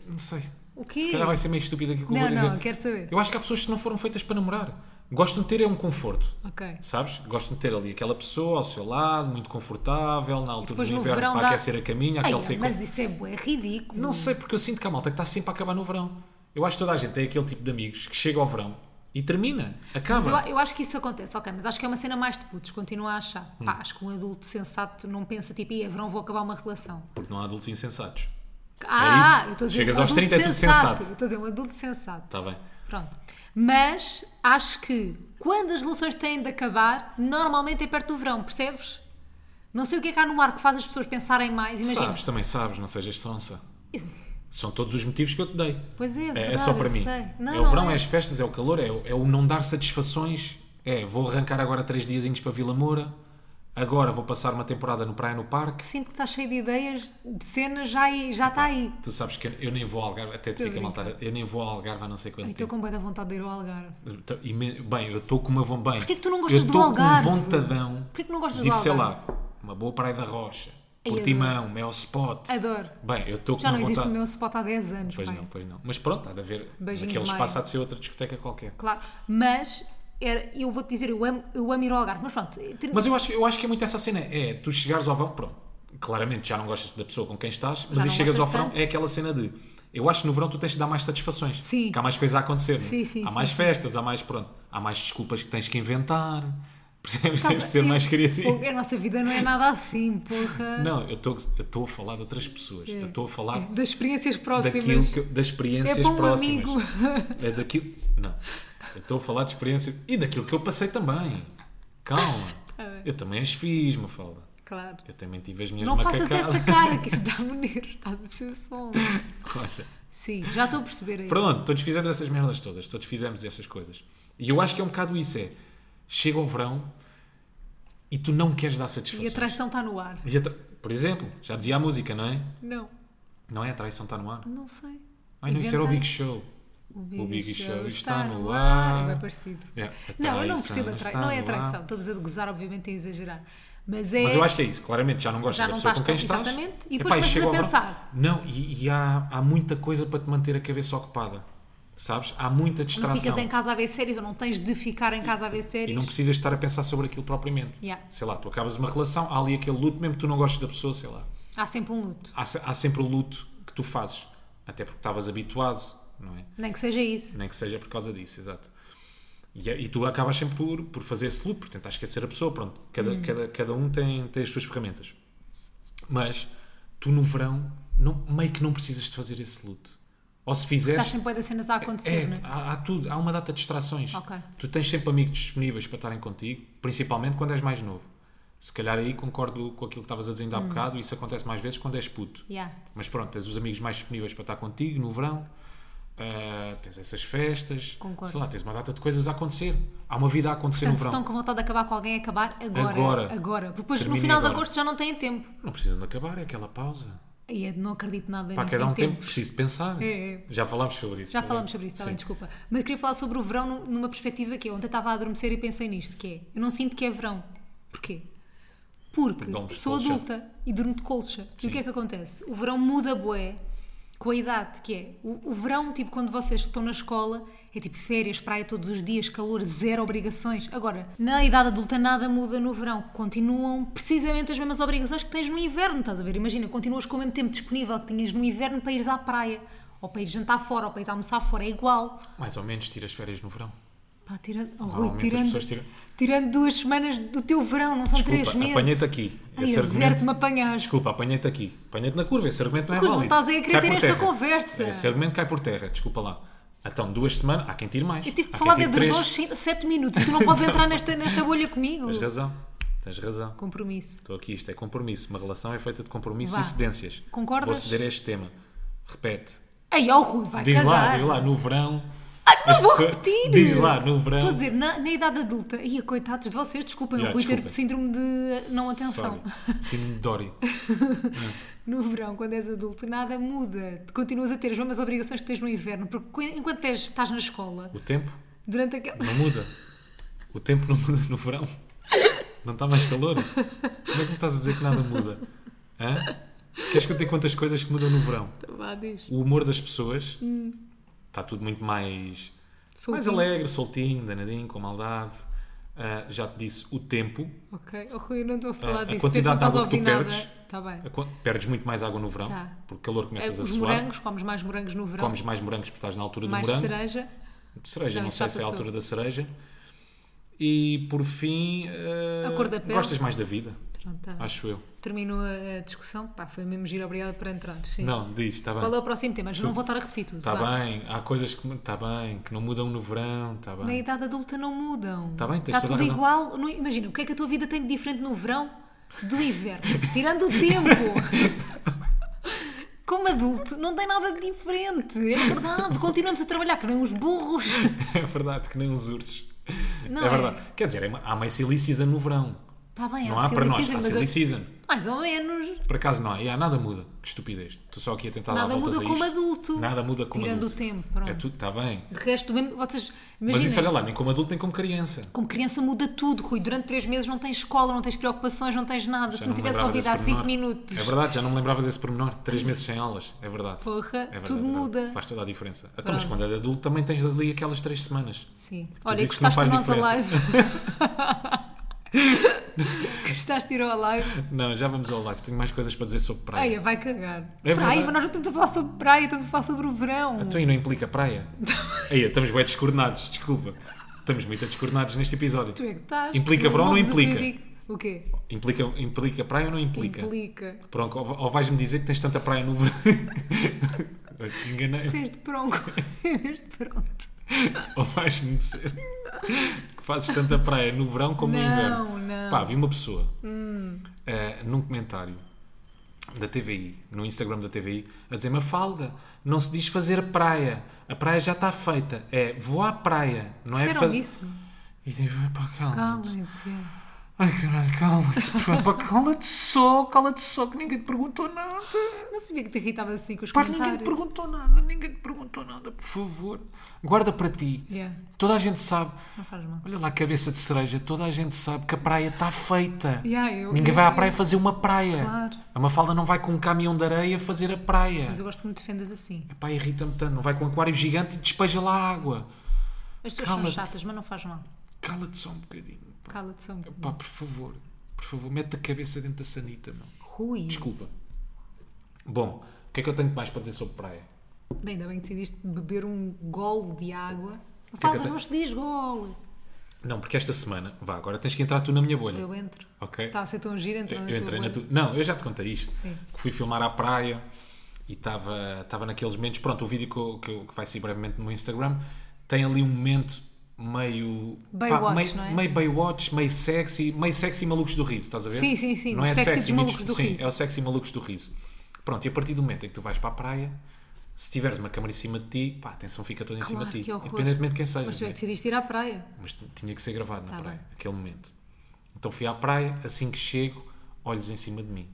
A: Não sei.
B: O quê?
A: Se calhar vai ser assim. meio estúpido aquilo que eu
B: Não,
A: vou dizer.
B: não, quero saber.
A: Eu acho que há pessoas que não foram feitas para namorar. Gostam de ter é um conforto.
B: Ok.
A: Sabes? Gostam de ter ali aquela pessoa ao seu lado, muito confortável, na altura
B: Depois
A: do
B: no
A: inverno
B: verão
A: para
B: dá-
A: aquecer a caminha, aquele
B: Ai,
A: sei
B: mas isso é, bué, ridículo.
A: Não sei, porque eu sinto que há malta que está sempre a acabar no verão. Eu acho que toda a gente tem aquele tipo de amigos que chega ao verão e termina,
B: Mas eu,
A: acaba.
B: eu acho que isso acontece, ok, mas acho que é uma cena mais de putos, continuo a achar.
A: Hum.
B: Pá, acho que um adulto sensato não pensa tipo, ia, verão vou acabar uma relação.
A: Porque não há adultos insensatos. É
B: Ah,
A: isso.
B: eu estou a dizer
A: Chegas
B: um
A: aos
B: adulto
A: 30 é tudo sensato.
B: Eu estou a dizer um adulto sensato.
A: Está Tá bem.
B: Pronto. Mas acho que quando as relações têm de acabar, normalmente é perto do verão, percebes? Não sei o que é que há no ar que faz as pessoas pensarem mais. Imagina.
A: Sabes, também sabes, não sejas sonsa. São todos os motivos que eu te dei.
B: Pois é,
A: É,
B: verdade,
A: é só para
B: eu
A: mim.
B: sei. Não,
A: é
B: não
A: o verão, é. as festas, é o calor, é, o- é o não dar satisfações. É, vou arrancar agora três diazinhos para Vila Moura. Agora vou passar uma temporada no praia no parque.
B: Sinto que está cheio de ideias, de cenas, já, aí- já está aí.
A: Tu sabes que eu, eu nem vou ao Algarve, até te
B: Tô
A: fica
B: a
A: mal
B: brincar.
A: estar- Eu nem vou ao Algarve há não sei quanto
B: Ai, Estou
A: tempo.
B: com boa da vontade de ir ao Algarve.
A: Tô- Então, ime- Bem, eu estou com uma vontade.
B: Porquê que tu não gostas
A: eu
B: do
A: estou
B: Algarve?
A: com um vontadão.
B: Porquê que não gostas
A: de ir,
B: do
A: sei
B: Algarve?
A: lá, uma boa praia da Rocha,
B: Ai,
A: Portimão, Mel Spot.
B: Adoro.
A: Bem, eu estou com
B: Já
A: uma
B: não existe
A: vontade.
B: o meu spot há 10 anos,
A: Pois
B: pai.
A: não, pois não. Mas pronto, há de haver.
B: Beijinhos,
A: Aquele
B: Maia.
A: espaço há de ser outra discoteca qualquer.
B: Claro, mas era- eu vou-te dizer, eu amo, eu amo ir ao Algarve, mas pronto. eh, ter-
A: Mas eu acho, eu acho que é muito essa cena. É, tu chegares ao verão, pronto, claramente já não gostas da pessoa com quem estás, mas
B: não
A: aí chegas ao
B: gostas
A: verão,
B: tanto.
A: é aquela cena de. Eu acho que no verão tu tens de dar mais satisfações.
B: Sim.
A: Que há mais coisa a acontecer. não é?
B: Sim, sim,
A: há
B: sim,
A: mais
B: sim.
A: festas, há mais. Pronto, há mais desculpas que tens que inventar. <laughs> Percebes? Tens de ser
B: Eu-
A: mais criativo.
B: Fogo, A nossa vida não é nada assim, porra.
A: Não, eu estou a falar de outras pessoas. Eu estou a falar
B: Das experiências próximas.
A: daquilo que, das
B: é
A: experiências
B: para um
A: próximas.
B: amigo. <laughs>
A: É daquilo. Não. Eu estou a falar de experiência e daquilo que eu passei também.
B: <laughs>
A: Calma.
B: Tá bem.
A: Eu também as fiz, me fala.
B: Claro.
A: Eu também tive as minhas
B: Não faças
A: macacadas.
B: essa cara que isso dá maneiro, está a ser som.
A: <laughs> Olha,
B: Sim, já estou a perceber aí.
A: Pronto, todos fizemos essas merdas todas, todos fizemos essas coisas. E eu acho que é um bocado isso: é chega o verão e tu não queres dar
B: E a
A: satisfação.
B: traição está no ar.
A: E a tra- Por exemplo, já dizia a música, não é?
B: Não,
A: Não é a traição está no ar.
B: não sei.
A: Ai, não, isso era o
B: Inventei.
A: Big Show.
B: O Big,
A: Big
B: Show, está, no
A: ar.
B: ar. É bem parecido.
A: Yeah, a
B: Não, eu não
A: traição
B: percebo a
A: está
B: traição. Não é
A: tá
B: a
A: no ar.
B: traição. Estamos a gozar, obviamente, a exagerar. Mas é.
A: Mas eu acho que é isso, claramente já não gostas
B: Já
A: da
B: não
A: pessoa com quem
B: estás
A: estás.
B: tão- exatamente, e depois começas
A: chega
B: a
A: ao verão.
B: pensar.
A: Não, e, e há, há muita coisa para te manter a cabeça ocupada, sabes? Há muita
B: não ficas
A: distração.
B: em casa a ver séries ou não tens de ficar em casa a ver séries.
A: E não precisas estar a pensar sobre aquilo propriamente.
B: Yeah.
A: Sei lá, tu acabas uma relação, há ali aquele luto, mesmo que tu não gostes da pessoa, sei lá.
B: Há sempre um luto.
A: Há, se- há sempre o luto que tu fazes, até porque estavas habituado, não é?
B: Nem que seja isso.
A: Nem que seja por causa disso, exato. E, é, e tu acabas sempre por, por fazer esse loop, por tentar esquecer a pessoa, pronto. Cada, cada, cada um tem, tem as suas ferramentas. Mas tu no verão não, meio que não precisas de fazer esse luto. Ou se
B: Estás
A: fizeres.
B: sempre bué de cenas a acontecer,
A: é,
B: não é?
A: há, há tudo, há uma data de distrações.
B: Ok.
A: Tu tens sempre amigos disponíveis para estarem contigo, principalmente quando és mais novo. Se calhar aí concordo com aquilo que estavas a dizer ainda há
B: Hum.
A: bocado, isso acontece mais vezes quando és puto.
B: Yeah.
A: Mas pronto, tens os amigos mais disponíveis para estar contigo no verão, ah, tens essas festas,
B: Concordo.
A: sei lá, tens uma data de coisas a acontecer. Há uma vida a acontecer
B: Portanto, se
A: no verão.
B: estão com vontade de acabar com alguém, acabar agora.
A: Agora.
B: Porque depois no
A: Terminem
B: final de
A: agora.
B: agosto já não têm tempo.
A: Não precisam de acabar, é aquela pausa.
B: Aí eu É, não acredito nada
A: Pá,
B: nisso,
A: quer dar
B: em
A: um tempo,
B: tempos.
A: preciso de pensar.
B: É, é.
A: Já falámos sobre isso.
B: Já
A: tá
B: falámos
A: bem?
B: sobre isso, está
A: Sim.
B: bem, desculpa. Mas eu queria falar sobre o verão num- numa perspectiva que é, eu ontem estava a adormecer e pensei nisto, que é, eu não sinto que é verão. Porquê? Porque
A: Porque dormes de
B: sou
A: colcha.
B: adulta e durmo de colcha. E o que é que acontece? O verão muda bué com a idade, que é, o, o verão, tipo, quando vocês estão na escola, é tipo férias, praia todos os dias, calor, zero obrigações. Agora, na idade adulta nada muda no verão. Continuam precisamente as mesmas obrigações que tens no inverno, estás a ver? Imagina, continuas com o mesmo tempo disponível que tinhas no inverno para ires à praia. Ou para ir jantar fora, ou para ir almoçar fora, é igual.
A: Mais ou menos tiras férias no verão.
B: Pá, tira, oh, Rui,
A: Normalmente as
B: tirando,
A: pessoas tiram-
B: tirando duas semanas do teu verão, não são três
A: Desculpa,
B: meses.
A: apanhei-te aqui.
B: Ai,
A: Esse
B: é zero que me
A: argumento-
B: apanhaste.
A: Desculpa, apanhei-te aqui. Apanhei-te na curva. Esse argumento não é
B: Rui, não
A: válido.
B: estás aí a querer
A: Cai
B: ter
A: por
B: esta
A: terra.
B: conversa.
A: Esse argumento cai por terra. Desculpa lá. Então, duas semanas, há quem tire mais.
B: Eu tive que
A: Há
B: falar de
A: Ah, quem tire
B: edredons
A: três.
B: se- sete minutos. Tu não podes entrar nesta, nesta bolha comigo.
A: Tens razão. Tens razão.
B: Compromisso.
A: Estou aqui. Isto é compromisso. Uma relação é feita de compromisso
B: Vá.
A: e cedências.
B: Concordas?
A: Vou ceder a este tema. Repete.
B: Ei, ó Rui, vai
A: Diz
B: cagar.
A: lá, diz lá, no verão.
B: Não
A: as
B: vou
A: pessoas-
B: repetir.
A: Diz lá, no verão.
B: Estou a dizer, na, na idade adulta, ia coitados de vocês, desculpem,
A: Ya,
B: o Rui ter
A: desculpem.
B: síndrome de não atenção.
A: Sorry. Sim, Dori.
B: No verão, quando és adulto, nada muda. Continuas a ter as mesmas obrigações que tens no inverno, porque qu- enquanto tens- estás na escola,
A: O tempo
B: durante aquela.
A: não muda. O tempo não muda no verão. Não está mais calor. Como é que me estás a dizer que nada muda? Hã? Queres que eu te quantas coisas que mudam no verão?
B: Vá, diz.
A: O humor das pessoas está tudo muito mais, mais
B: Soltinho.
A: alegre, soltinho, danadinho, com maldade. Ah, já te disse o tempo.
B: Ok, oh, Rui, eu não estou a falar
A: A- a
B: disso.
A: quantidade
B: tu
A: de água que
B: é não estás a
A: tu
B: ouvir
A: perdes-
B: nada. Tá bem.
A: A quan- Perdes muito mais água no verão,
B: Tá.
A: porque calor começas a
B: Os
A: suar.
B: morangos, comes mais morangos no verão,
A: Comes mais morangos porque estás na altura do
B: mais
A: morango.
B: cereja.
A: De cereja,
B: Não,
A: não,
B: isso
A: sei
B: já
A: se é a
B: passou.
A: altura da cereja. E por fim, eh,
B: A cor da pele.
A: gostas mais da vida,
B: Pronto, tá.
A: acho eu.
B: Termino a a discussão. Pá, foi mesmo giro, obrigada por entrar. Sim.
A: Não, diz, está
B: Qual é
A: bem.
B: o próximo tema? Já não vou estar a repetir tudo.
A: Está
B: vá.
A: bem, há coisas que está bem, que não mudam no verão, está
B: Na
A: bem.
B: idade adulta não mudam.
A: Tá bem, tens
B: Está
A: toda a
B: tudo
A: razão.
B: igual. Não- imagina, o que é que a tua vida tem de diferente no verão do inverno? <laughs> Tirando o tempo. Como adulto, não tem nada de diferente. É verdade. Continuamos a trabalhar que nem os burros.
A: <laughs> É verdade que nem os ursos.
B: Não
A: é
B: é?
A: verdade. Quer dizer, é uma- há uma silly season no verão.
B: Está Tá bem,
A: não
B: há
A: há
B: silly
A: para nós,
B: season,
A: há
B: mas eu-
A: silly season.
B: Mais ou menos.
A: Por acaso não há, e há nada muda. Que estupidez. Estou só aqui a tentar
B: Nada
A: dar voltas
B: muda
A: a
B: como
A: isto.
B: adulto.
A: Nada muda como
B: Tirando
A: adulto.
B: o tempo, pronto.
A: É tudo, está bem.
B: De resto, mesmo, vocês
A: Mas isso, é
B: imaginem,
A: olha lá, nem como adulto nem como criança.
B: como criança muda tudo, Rui. Durante três meses não tens escola, não tens preocupações, não tens nada.
A: Já
B: Se me
A: me
B: tivesse
A: lembrava
B: ouvido
A: desse
B: há cinco
A: pormenor.
B: minutos.
A: É verdade, já não me lembrava desse pormenor. Três meses sem aulas, é verdade.
B: Porra,
A: É verdade,
B: tudo
A: é verdade.
B: muda.
A: Faz toda a diferença. Então, mas
B: Pronto.
A: quando é de adulto também tens ali aquelas três semanas.
B: Sim. Olha, e
A: dizes que não
B: gostaste do
A: faz
B: nosso live? <laughs>
A: diferença.
B: gostaste de ir ao live?
A: Não, já vamos ao live. Tenho mais coisas para dizer sobre praia.
B: Ai, vai cagar.
A: É
B: praia,
A: verdade.
B: mas nós não estamos a falar sobre praia, estamos a falar sobre o verão.
A: Então e não implica
B: <laughs>
A: praia? Aí, estamos bem descoordenados, desculpa. Estamos muito descoordenados neste episódio.
B: Tu é que estás.
A: Implica
B: tu
A: verão ou não
B: ouves o que eu
A: implica?
B: digo. O quê?
A: Implica, implica praia ou não implica?
B: Implica.
A: Pronto, ou ou vais-me dizer que tens tanta praia no verão. <laughs> Enganei.
B: Seres de <laughs> pronto. Seres de pronto.
A: Ou vais-me dizer que fazes tanta praia no verão como no
B: Não,
A: inverno?
B: não.
A: Pá, vi uma pessoa
B: Hum.
A: eh, num comentário da TVI, no Instagram da TVI, a dizer: Mafalda, não se diz fazer praia, a praia já está feita, é vou à praia, não é?
B: Disseram
A: fa-
B: isso?
A: E digo: pá, calma.
B: Calma-te.
A: Ai caralho, calma. pá, cala-te só, cala-te só, que ninguém te perguntou nada.
B: Não sabia que te irritava assim com os
A: Pá, ninguém te
B: comentários.
A: perguntou nada, ninguém te perguntou nada, por favor, guarda para ti.
B: Yeah,
A: Toda a gente sabe.
B: não faz mal.
A: Olha lá a cabeça de cereja, toda a gente sabe que a praia está feita.
B: Yeah, eu-
A: Ninguém
B: eu-
A: vai à
B: eu-
A: praia fazer uma praia.
B: Claro.
A: A Mafalda não vai com um caminhão de areia fazer a praia.
B: Mas eu gosto que me defendas assim.
A: Epá, irrita-me tanto. Não vai com um aquário gigante e despeja lá a água.
B: As pessoas
A: Cala-te.
B: são chatas, mas não faz mal.
A: Cala-te só um bocadinho. pá.
B: Cala-te só um bocadinho.
A: Pá, por favor. Por favor, mete a cabeça dentro da sanita, meu.
B: Rui.
A: Desculpa. Bom, o que é que eu tenho mais para dizer sobre praia?
B: Bem, ainda bem que decidiste beber um gole de água.
A: que é que
B: Fala,
A: eu tenho?
B: não se diz gole.
A: Não, porque esta semana... Vá, agora tens que entrar tu na minha bolha.
B: Eu entro.
A: Ok?
B: Está a ser tão giro, entra
A: Eu, eu
B: na tua
A: entrei na
B: bolha.
A: tu... Não, eu já te contei isto.
B: Sim.
A: Que fui filmar à praia e estava estava naqueles momentos. Pronto, o vídeo que, eu- que, eu- que vai sair brevemente no meu Instagram tem ali um momento meio.
B: Baywatch,
A: meio,
B: não é?
A: meio Baywatch, meio sexy, meio sexy malucos do riso, estás a ver?
B: Sim, sim, sim,
A: Não
B: o
A: é
B: sexy dos
A: muito-
B: malucos do
A: sim,
B: riso.
A: é o sexy malucos do riso. Pronto, e a partir do momento em que tu vais para a praia, se tiveres uma câmara em cima de ti, pá, a atenção fica toda em
B: Claro,
A: cima de ti.
B: que horror.
A: Independentemente de quem seja.
B: Mas tu é que decidiste ir à praia.
A: mas tinha que ser gravado na
B: Tá
A: praia,
B: bem.
A: aquele momento. Então fui à praia, assim que chego, olhos em cima de mim.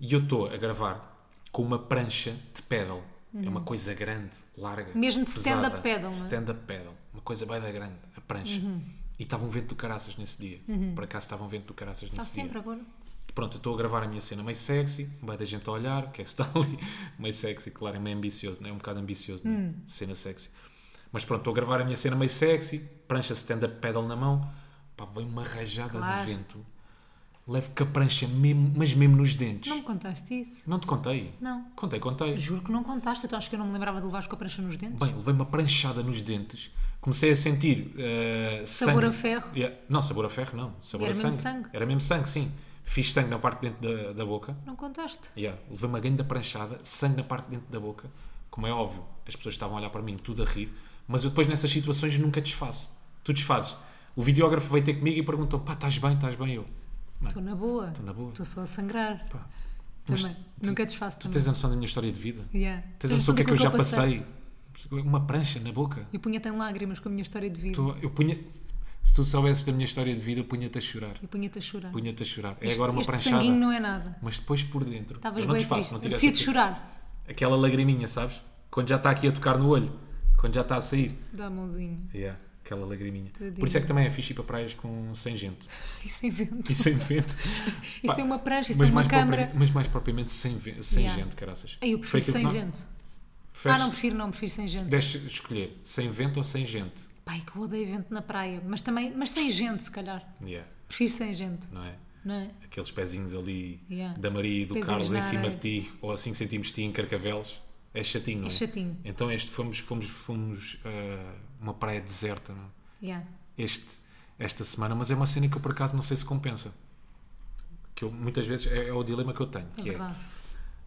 A: E eu estou a gravar com uma prancha de pedal. É uma coisa grande, larga.
B: Uhum. Mesmo de
A: pesada.
B: stand-up paddle, não é? Uhum.
A: Stand-up pedal. Uma coisa bem da grande, a prancha. E estava um vento do caraças nesse dia. Por acaso estava um vento do caraças
B: Está
A: nesse dia.
B: Uhum. sempre agora.
A: Pronto, eu estou a gravar a minha cena meio sexy, bem da gente a olhar, o que é que está ali? <laughs> Meio sexy, claro, é meio ambicioso, não é? Um bocado ambicioso, não é?
B: Hum.
A: Cena sexy. Mas pronto, estou a gravar a minha cena meio sexy, prancha stand-up pedal na mão, pá, vem uma rajada
B: Claro.
A: de vento. Levo com a prancha mesmo, mas mesmo nos dentes.
B: Não me
A: Não,
B: contaste isso?
A: te contei?
B: Não.
A: Contei, contei.
B: Juro que não contaste. Então acho que eu não me lembrava de levares com a prancha nos dentes.
A: Bem, levei uma pranchada nos dentes, comecei a sentir eh,
B: Sabor
A: sangue.
B: a ferro?
A: Yeah. Não, sabor a ferro não, sabor
B: Era
A: a
B: mesmo
A: sangue.
B: sangue?
A: Era mesmo sangue, sim. Fiz sangue na parte de dentro da, da boca.
B: Não contaste.
A: Yeah, levei uma grande pranchada, sangue na parte de dentro da boca. Como é óbvio, as pessoas estavam a olhar para mim, tudo a rir. Mas eu depois nessas situações nunca desfaço. Tu desfazes. O videógrafo veio ter comigo e perguntou: pá, estás bem, estás bem? Eu,
B: Estou na boa. Estou
A: na boa.
B: Estou só a sangrar.
A: pá. Mas
B: Também. Nunca desfaço
A: tu
B: também.
A: tens a noção da minha história de vida?
B: Yeah.
A: Tens a noção do que é que eu já passei? Uma prancha na boca?
B: E punha-te em lágrimas com a minha história de vida.
A: Tu- Eu punha. Se tu soubesses da minha história de vida, eu punha-te a chorar.
B: E punha-te a chorar.
A: Punha-te a chorar. É
B: Este-
A: agora uma
B: este
A: pranchada.
B: sanguinho não é nada.
A: Mas depois por dentro.
B: Estavas
A: eu não
B: bem
A: desfaço,
B: triste.
A: não tivesse
B: Apetecia de
A: aqui-
B: chorar.
A: aquela lagriminha, sabes? Quando já está aqui a tocar no olho, quando já está a sair.
B: Dá a mãozinha. <laughs>
A: Yeah, aquela lagriminha.
B: Tadinho.
A: Por isso é que também é fixe ir para praias com, sem gente
B: Isso é vento.
A: e sem vento.
B: Isso
A: Pá,
B: é uma prancha, <laughs> isso
A: mas,
B: é uma
A: mais
B: câmara.
A: propriamente, mas mais propriamente sem, ve- sem
B: Yeah.
A: gente, caraças.
B: Aí eu
A: Foi
B: prefiro
A: aquilo que
B: sem
A: nós-
B: vento. Ah,
A: preferes-
B: não, prefiro não, prefiro sem gente.
A: Deixa escolher sem vento ou sem gente.
B: Pai, que eu odeio vento na praia. Mas também, mas sem gente, se calhar.
A: Yeah,
B: Prefiro sem gente,
A: não é?
B: não é?
A: Aqueles pezinhos ali
B: Yeah.
A: da Maria e do
B: Pezinhos
A: Carlos
B: na
A: em cima
B: areia.
A: de ti, ou a 5 cm de ti em Carcavelos, é chatinho, não é?
B: É chatinho.
A: Então este fomos, fomos, fomos ah, uma praia deserta, não é?
B: Yeah.
A: este, esta semana, mas é uma cena que eu por acaso não sei se compensa. Que eu, muitas vezes é, é o dilema que eu tenho,
B: É
A: que é,
B: verdade.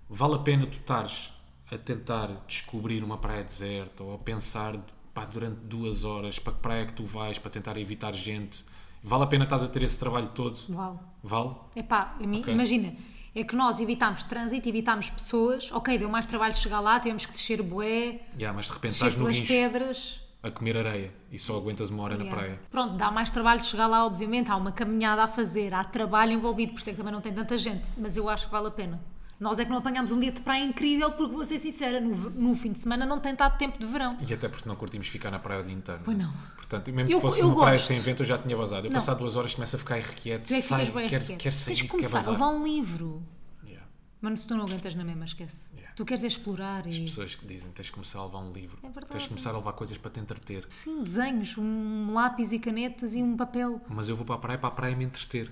A: vale a pena tu estares a tentar descobrir uma praia deserta ou a pensar pá, durante duas horas para que praia é que tu vais para tentar evitar gente? Vale a pena estás a ter esse trabalho todo?
B: Vale.
A: Vale?
B: Epá, a mim,
A: Ok.
B: imagina, é que nós evitámos trânsito, evitámos pessoas. Ok, deu mais trabalho chegar lá, tivemos que descer bué,
A: Yeah, mas de repente
B: descer
A: estás no
B: pelas
A: guincho
B: pedras.
A: a comer areia e só aguentas uma hora na
B: Yeah.
A: praia.
B: Pronto, dá mais trabalho chegar lá, obviamente. Há uma caminhada a fazer, há trabalho envolvido, por isso é que também não tem tanta gente. Mas eu acho que vale a pena. Nós é que não apanhámos um dia de praia incrível, porque vou ser sincera, no, ve- no fim de semana não tem dado tempo de verão.
A: E até porque não curtimos ficar na praia o dia inteiro. é?
B: Pois não.
A: Portanto, mesmo
B: Eu-
A: que fosse
B: eu
A: uma praia
B: gosto.
A: sem vento, eu já tinha vazado. Eu
B: Não.
A: passar duas horas começo a ficar irrequieto,
B: Tu é que
A: saio,
B: ficas bem
A: quer,
B: arrepiado.
A: quer sair,
B: Tens que
A: quer
B: começar a
A: vazar.
B: levar um livro.
A: Yeah.
B: Mano, se tu não aguentas na mesma, esquece.
A: Yeah.
B: Tu queres é explorar e.
A: Pessoas que dizem tens de começar a levar um livro,
B: É verdade.
A: tens de começar a levar coisas para te entreter.
B: Sim, desenhos, um lápis e canetas e um papel.
A: Mas eu vou para a praia para a praia me entreter.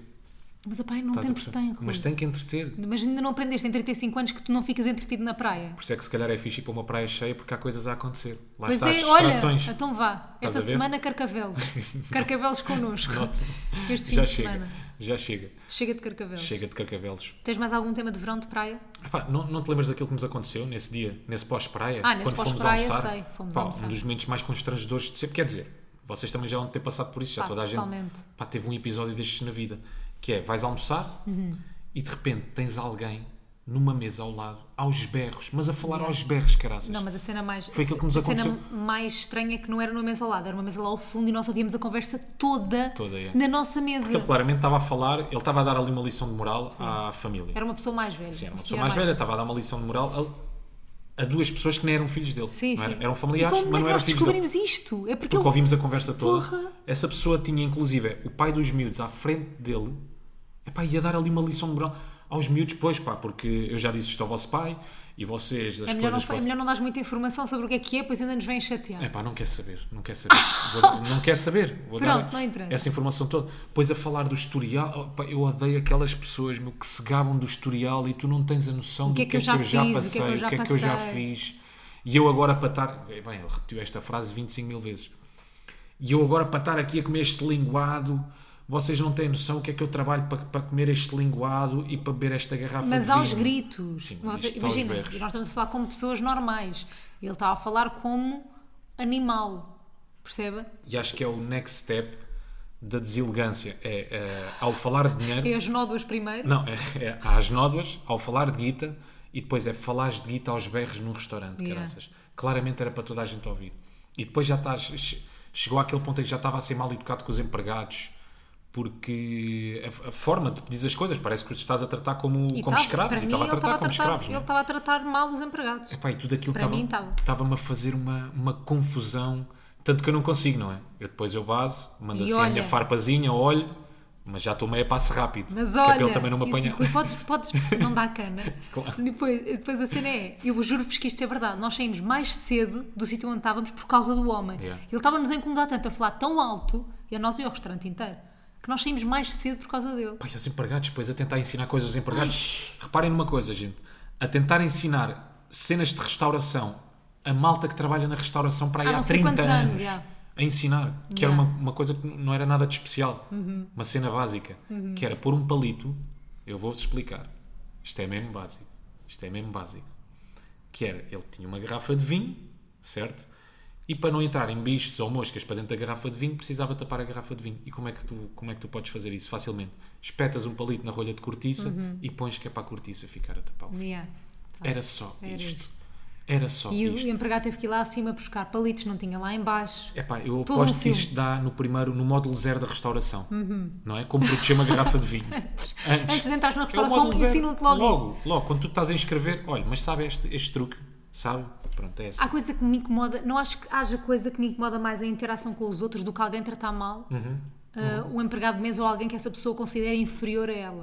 B: Mas a pai não
A: Estás
B: te
A: a perceber?
B: entretém, Rui.
A: Mas tem que entreter.
B: Mas ainda não aprendeste em 35 anos que tu não ficas entretido na praia.
A: Por isso é que se calhar é fixe ir para uma praia cheia porque há coisas a acontecer. Lá
B: pois
A: está
B: é,
A: as
B: olha,
A: distrações.
B: então vá.
A: Estás
B: Esta
A: a ver? <laughs>
B: semana Carcavelos. Carcavelos connosco.
A: Pronto.
B: Este fim
A: já
B: de
A: chega,
B: semana.
A: já chega.
B: Chega de Carcavelos.
A: Chega de carcavelos.
B: Tens mais algum tema de verão de praia?
A: Epá, não, não te lembras daquilo que nos aconteceu nesse dia, nesse pós-praia?
B: Ah, nesse
A: quando fomos
B: pós-praia,
A: almoçar?
B: sei, fomos
A: Pá,
B: almoçar.
A: Um dos momentos mais constrangedores de sempre. Quer dizer, vocês também já vão ter passado por isso, já
B: Pá,
A: toda a
B: totalmente.
A: gente. Pá, teve um episódio destes na vida, que é, vais almoçar
B: Uhum.
A: e de repente tens alguém numa mesa ao lado, aos berros, mas a falar aos berros, caraças.
B: Não, mas a cena mais.
A: Foi aquilo que nos
B: a cena
A: aconteceu.
B: mais estranha é que não era numa mesa ao lado, era uma mesa lá ao fundo e nós ouvíamos a conversa toda,
A: Toda, é.
B: na nossa mesa.
A: Porque ele claramente estava a falar, ele estava a dar ali uma lição de moral à família.
B: Era uma pessoa mais velha.
A: Sim, era uma
B: um
A: pessoa
B: senhor
A: mais velha, estava a dar uma lição de moral a, a duas pessoas que nem eram filhos dele.
B: Sim,
A: não era?
B: sim.
A: Eram
B: E
A: familiares,
B: como
A: mas
B: é
A: não
B: que
A: eram
B: nós
A: filhos dele.
B: descobrimos isto? É porque
A: Porque
B: ele
A: ouvimos a conversa toda.
B: Porra.
A: Essa pessoa tinha, inclusive, o pai dos miúdos à frente dele. Epá, ia dar ali uma lição de moral aos miúdos, pois, pá, porque eu já disse isto ao vosso pai e vocês, das
B: É melhor, não,
A: coisas.
B: fa- é
A: que
B: melhor não dares muita informação sobre o que é que é, pois ainda nos vêm chatear.
A: É pá, não quer saber, não quer saber. Vou- não quer saber. Vou
B: Pronto, não interessa.
A: Essa informação toda. Pois a falar do historial, oh, pá, eu odeio aquelas pessoas meu, que se gabam do historial e tu não tens a noção do
B: que
A: que
B: é
A: é
B: que
A: que
B: eu já
A: eu já
B: fiz, o
A: passei, o que é que eu já
B: passei.
A: fiz. E eu agora para estar. eh, Bem, ele repetiu esta frase 25 mil vezes. E eu agora para estar aqui a comer este linguado. Vocês não têm noção o que é que eu trabalho para, para comer este linguado e para beber esta garrafa de
B: Mas aos
A: vinho.
B: gritos.
A: Sim, mas
B: Vocês-
A: isto está aos
B: imagina,
A: berros.
B: nós estamos a falar como pessoas normais. Ele está a falar como animal. Percebe?
A: E acho que é o next step da deselegância. É, eh, ao falar de dinheiro.
B: É as nódoas primeiro.
A: Não, é, é às nódoas, ao falar de guita, e depois é falares de guita aos berros num restaurante,
B: Yeah.
A: caraças. Claramente era para toda a gente ouvir. E depois já estás. che- Chegou àquele ponto em que já estava a ser mal educado com os empregados, porque a, a forma de pedir as coisas parece que os estás a tratar como,
B: E
A: como
B: estava-
A: escravos.
B: para
A: E
B: mim,
A: estava a
B: ele
A: tratar
B: estava
A: como escravos.
B: Ele
A: não é?
B: estava a tratar mal os empregados.
A: Epá, e tudo aquilo
B: Para mim,
A: estava-
B: estava.
A: estava-me a fazer uma, uma confusão, tanto que eu não consigo, não é? Eu depois eu base, mando
B: E
A: assim a minha
B: olha.
A: farpazinha, olho, mas já estou meio a passo rápido.
B: Mas
A: que
B: olha,
A: é para ele também não me
B: isso,
A: apanha.
B: Rui, podes, podes não dar cana.
A: <laughs> Claro.
B: E Depois, e depois a cena é, eu juro-vos que isto é verdade, nós saímos mais cedo do sítio onde estávamos por causa do homem.
A: Yeah.
B: Ele estava-nos a incomodar tanto, a falar tão alto, e a nós e ao restaurante inteiro, que nós saímos mais cedo por causa dele.
A: Pai, é os empregados, depois a tentar ensinar coisas aos empregados. Reparem numa coisa, gente. A tentar ensinar cenas de restauração a malta que trabalha na restauração para aí
B: Ah,
A: há
B: não sei
A: 30
B: quantos
A: anos.
B: anos, já.
A: A ensinar. Que era
B: Já.
A: uma, uma coisa que não era nada de especial.
B: Uhum.
A: Uma cena básica. Que era pôr um palito. Eu vou-vos explicar. Isto é mesmo básico. Isto é mesmo básico. Que era, ele tinha uma garrafa de vinho, certo? E para não entrar em bichos ou moscas para dentro da garrafa de vinho, precisava tapar a garrafa de vinho. E como é que tu, como é que tu podes fazer isso facilmente? Espetas um palito na rolha de cortiça
B: Uhum.
A: e pões que é para a cortiça ficar a tapar. o vinho.
B: Yeah.
A: Era só
B: Era
A: isto.
B: isto.
A: Era só
B: E o
A: isto.
B: empregado teve que ir lá acima buscar palitos, não tinha lá em baixo.
A: Epá, eu
B: Todo um
A: aposto que
B: filme. Uhum.
A: isto dá no primeiro, no módulo zero da restauração. Não é? Como proteger uma garrafa de vinho. Antes,
B: <laughs> Antes de entrares na
A: É o
B: restauração,
A: módulo zero.
B: ensinam-te logo isso.
A: Logo, logo, quando tu estás a escrever, olha, mas sabe este, este truque, sabe? Pronto, é assim.
B: Há coisa que me incomoda, não acho que haja coisa que me incomoda mais a interação com os outros do que alguém tratar mal
A: Uhum.
B: uh, um empregado de mesa ou alguém que essa pessoa considera inferior a ela.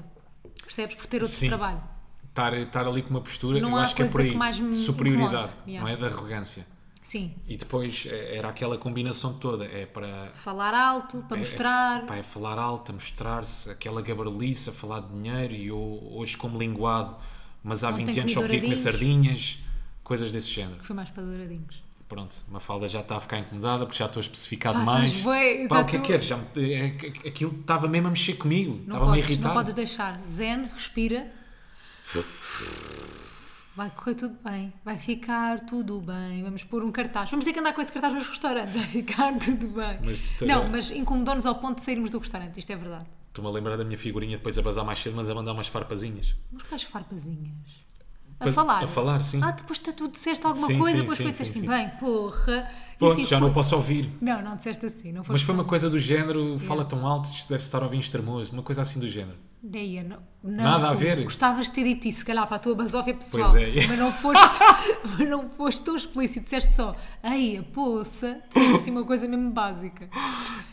B: Percebes? Por ter outro
A: Sim.
B: trabalho.
A: Estar, estar ali com uma postura,
B: Não
A: eu
B: há
A: acho que é por
B: coisa
A: aí,
B: que mais me
A: de superioridade,
B: incomode, yeah.
A: não é? Da arrogância.
B: Sim.
A: E depois é, era aquela combinação toda, é para...
B: Falar alto, para
A: é-
B: mostrar.
A: É, pá, é falar alto, mostrar-se, aquela gabaruliça, falar de dinheiro e eu, hoje como linguado, mas há
B: Não tem
A: 20 anos só podia comer
B: comido
A: sardinhas, coisas desse género.
B: Foi mais para douradinhos.
A: Pronto, Mafalda já está a ficar incomodada porque já estou a especificar
B: Pá,
A: demais.
B: estás bué,
A: Pá,
B: já
A: o que é
B: tu-
A: que queres? Já me- é que- Aquilo estava mesmo a mexer comigo,
B: Não
A: estava-me a
B: podes,
A: irritar.
B: não podes deixar. Zen, respira. Vai correr tudo bem. Vai ficar tudo bem. Vamos pôr um cartaz. Vamos ter que andar com esse cartaz nos restaurantes. Vai ficar <laughs> tudo bem.
A: Mas tu- é-
B: não, mas incomodou-nos ao ponto de sairmos do restaurante. Isto é verdade.
A: Estou-me a lembrar da minha figurinha depois a bazar mais cedo, mas a mandar umas farpazinhas.
B: Mas quais farpazinhas? A
A: Pa-
B: falar.
A: a falar, sim.
B: Ah, depois tu, tu disseste alguma
A: Sim,
B: coisa,
A: sim,
B: depois
A: sim,
B: foi dizer
A: sim,
B: assim,
A: sim.
B: bem, porra. E
A: Pois,
B: assim,
A: já não
B: foi-
A: posso ouvir.
B: Não, não disseste assim, não
A: Mas
B: foste.
A: foi uma coisa do género, fala tão alto, isto deve estar a ouvir extremoso, uma coisa assim do género.
B: Daí, eu não, não,
A: Nada a
B: eu
A: ver.
B: Gostavas de ter dito isso, se calhar, para a tua basófia pessoal.
A: Pois é.
B: Mas
A: <laughs>
B: não foste, mas não foste tão explícito, disseste só, aí a poça, disseste assim uma coisa mesmo básica.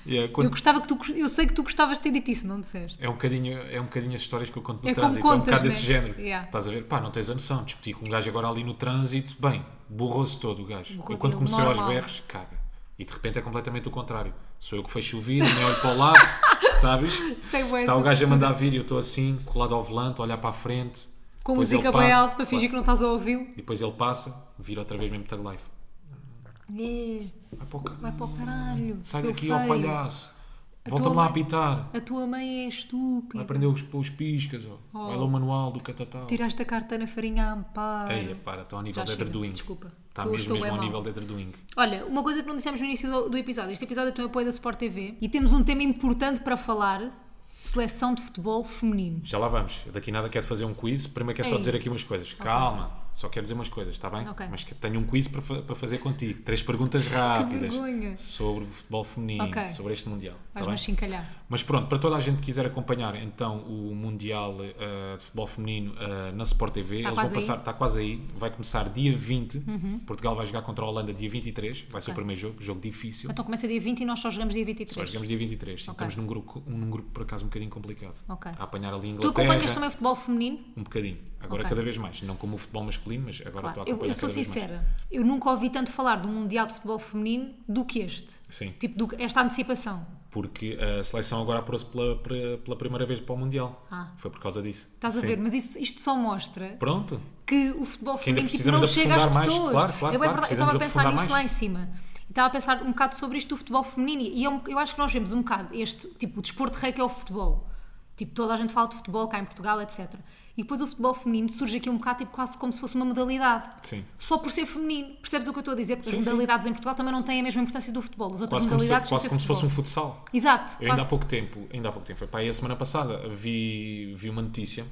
A: E é,
B: Eu
A: quando-
B: gostava que tu, eu sei que tu gostavas de ter dito isso, não disseste?
A: é um bocadinho, é um bocadinho as histórias que eu conto no
B: É como
A: trânsito, é um
B: contas,
A: bocado
B: né?
A: desse género.
B: Yeah.
A: Estás a ver? Pá, não tens a noção, discuti com um gajo agora ali no trânsito, bem, borrou-se todo o gajo.
B: Borrou
A: e quando
B: dele,
A: começou aos
B: normal.
A: berros, caga. E de repente é completamente o contrário. Sou eu que fecho o vidro, nem olho para o
B: <laughs>
A: lado, sabes?
B: Sei
A: Está
B: bué essa
A: Tá, o gajo é a mandar vir e eu estou assim, colado ao volante, a olhar para a frente.
B: Com
A: Depois ele
B: música bem
A: passa.
B: alta para fingir que não estás a ouvi-lo.
A: E depois ele passa, vira outra vez mesmo Tag Life.
B: É,
A: Vai para o caralho.
B: vai para o caralho.
A: Sai
B: sou
A: daqui, ó
B: feio.
A: palhaço. Volta-me
B: tua
A: lá a
B: mãe-
A: apitar.
B: A tua mãe é estúpida.
A: Vai aprender os, os piscas, ó.
B: Oh.
A: Vai lá o manual do catatá.
B: Tiraste a carta na farinha a amparo.
A: Eia, para, estou ao nível
B: Já
A: de
B: chega,
A: Edredoing.
B: desculpa.
A: Está
B: Estou-
A: é Tá mesmo,
B: estou
A: mesmo
B: bem
A: ao
B: mal.
A: nível de Edredoing.
B: Olha, uma coisa que não dissemos no início do, do episódio. Este episódio tem o apoio da Sport TV e temos um tema importante para falar: seleção de futebol feminino.
A: Já lá vamos. Eu Daqui nada quero fazer um quiz. Primeiro quero só
B: Ei.
A: dizer aqui umas coisas. Calma. Só quero dizer umas coisas, está bem?
B: Ok.
A: Mas que tenho um quiz para, fa- para fazer contigo. Três
B: <laughs>
A: perguntas rápidas.
B: vergonha.
A: sobre o futebol feminino,
B: Ok.
A: sobre este Mundial. está Tá
B: Vais-me
A: bem?
B: achincalhar.
A: Mas pronto, para toda a gente que quiser acompanhar então o Mundial eh, de Futebol Feminino eh, na Sport TV, eles vão
B: Tá quase aí? Uhum.
A: passar, está quase aí, vai começar dia 20, Portugal vai jogar contra a Holanda dia 23, vai ser o primeiro jogo, jogo difícil.
B: Então começa dia 20 e nós só jogamos dia
A: Só
B: 23.
A: jogamos dia 23, sim,
B: Ok.
A: estamos num grupo, num grupo por acaso um bocadinho complicado.
B: Ok.
A: A apanhar ali a
B: tu acompanhas
A: Inglaterra,
B: também o futebol feminino?
A: um bocadinho, agora
B: Ok.
A: cada vez mais, não como o futebol masculino, mas agora estou a
B: Claro. Eu,
A: acompanhar
B: eu sou
A: cada vez mais.
B: sincera, eu nunca ouvi tanto falar do Mundial de Futebol Feminino do que este.
A: Sim.
B: Tipo, do que- esta antecipação.
A: Porque a seleção agora apurou-se pela, pela- pela primeira vez para o Mundial.
B: Ah.
A: Foi por causa disso.
B: Estás a
A: Sim.
B: ver? Mas isso- isto só mostra
A: Pronto.
B: que o futebol
A: ainda
B: feminino tipo,
A: precisamos
B: não
A: de
B: chega às
A: aprofundar mais,
B: pessoas.
A: claro, claro, claro,
B: eu, é verdade, eu
A: precisamos
B: estava a
A: de
B: pensar
A: aprofundar
B: nisto lá em cima. E Estava a pensar um bocado sobre isto do futebol feminino e é um- eu acho que nós vemos um bocado este, tipo, o desporto rei que é o futebol. Tipo, toda a gente fala de futebol cá em Portugal, etc. E depois o futebol feminino surge aqui um bocado tipo, quase como se fosse uma modalidade.
A: Sim.
B: Só por ser feminino. Percebes o que eu estou a dizer? Porque
A: Sim,
B: as
A: sim.
B: modalidades em Portugal também não têm a mesma importância do futebol. As outras
A: Quase como, se,
B: modalidades
A: quase
B: têm
A: como
B: de
A: se
B: ser
A: fosse um
B: futebol.
A: futsal.
B: Exato.
A: Eu ainda há
B: quase.
A: pouco tempo, ainda há pouco tempo, foi para aí a semana passada, vi, vi uma notícia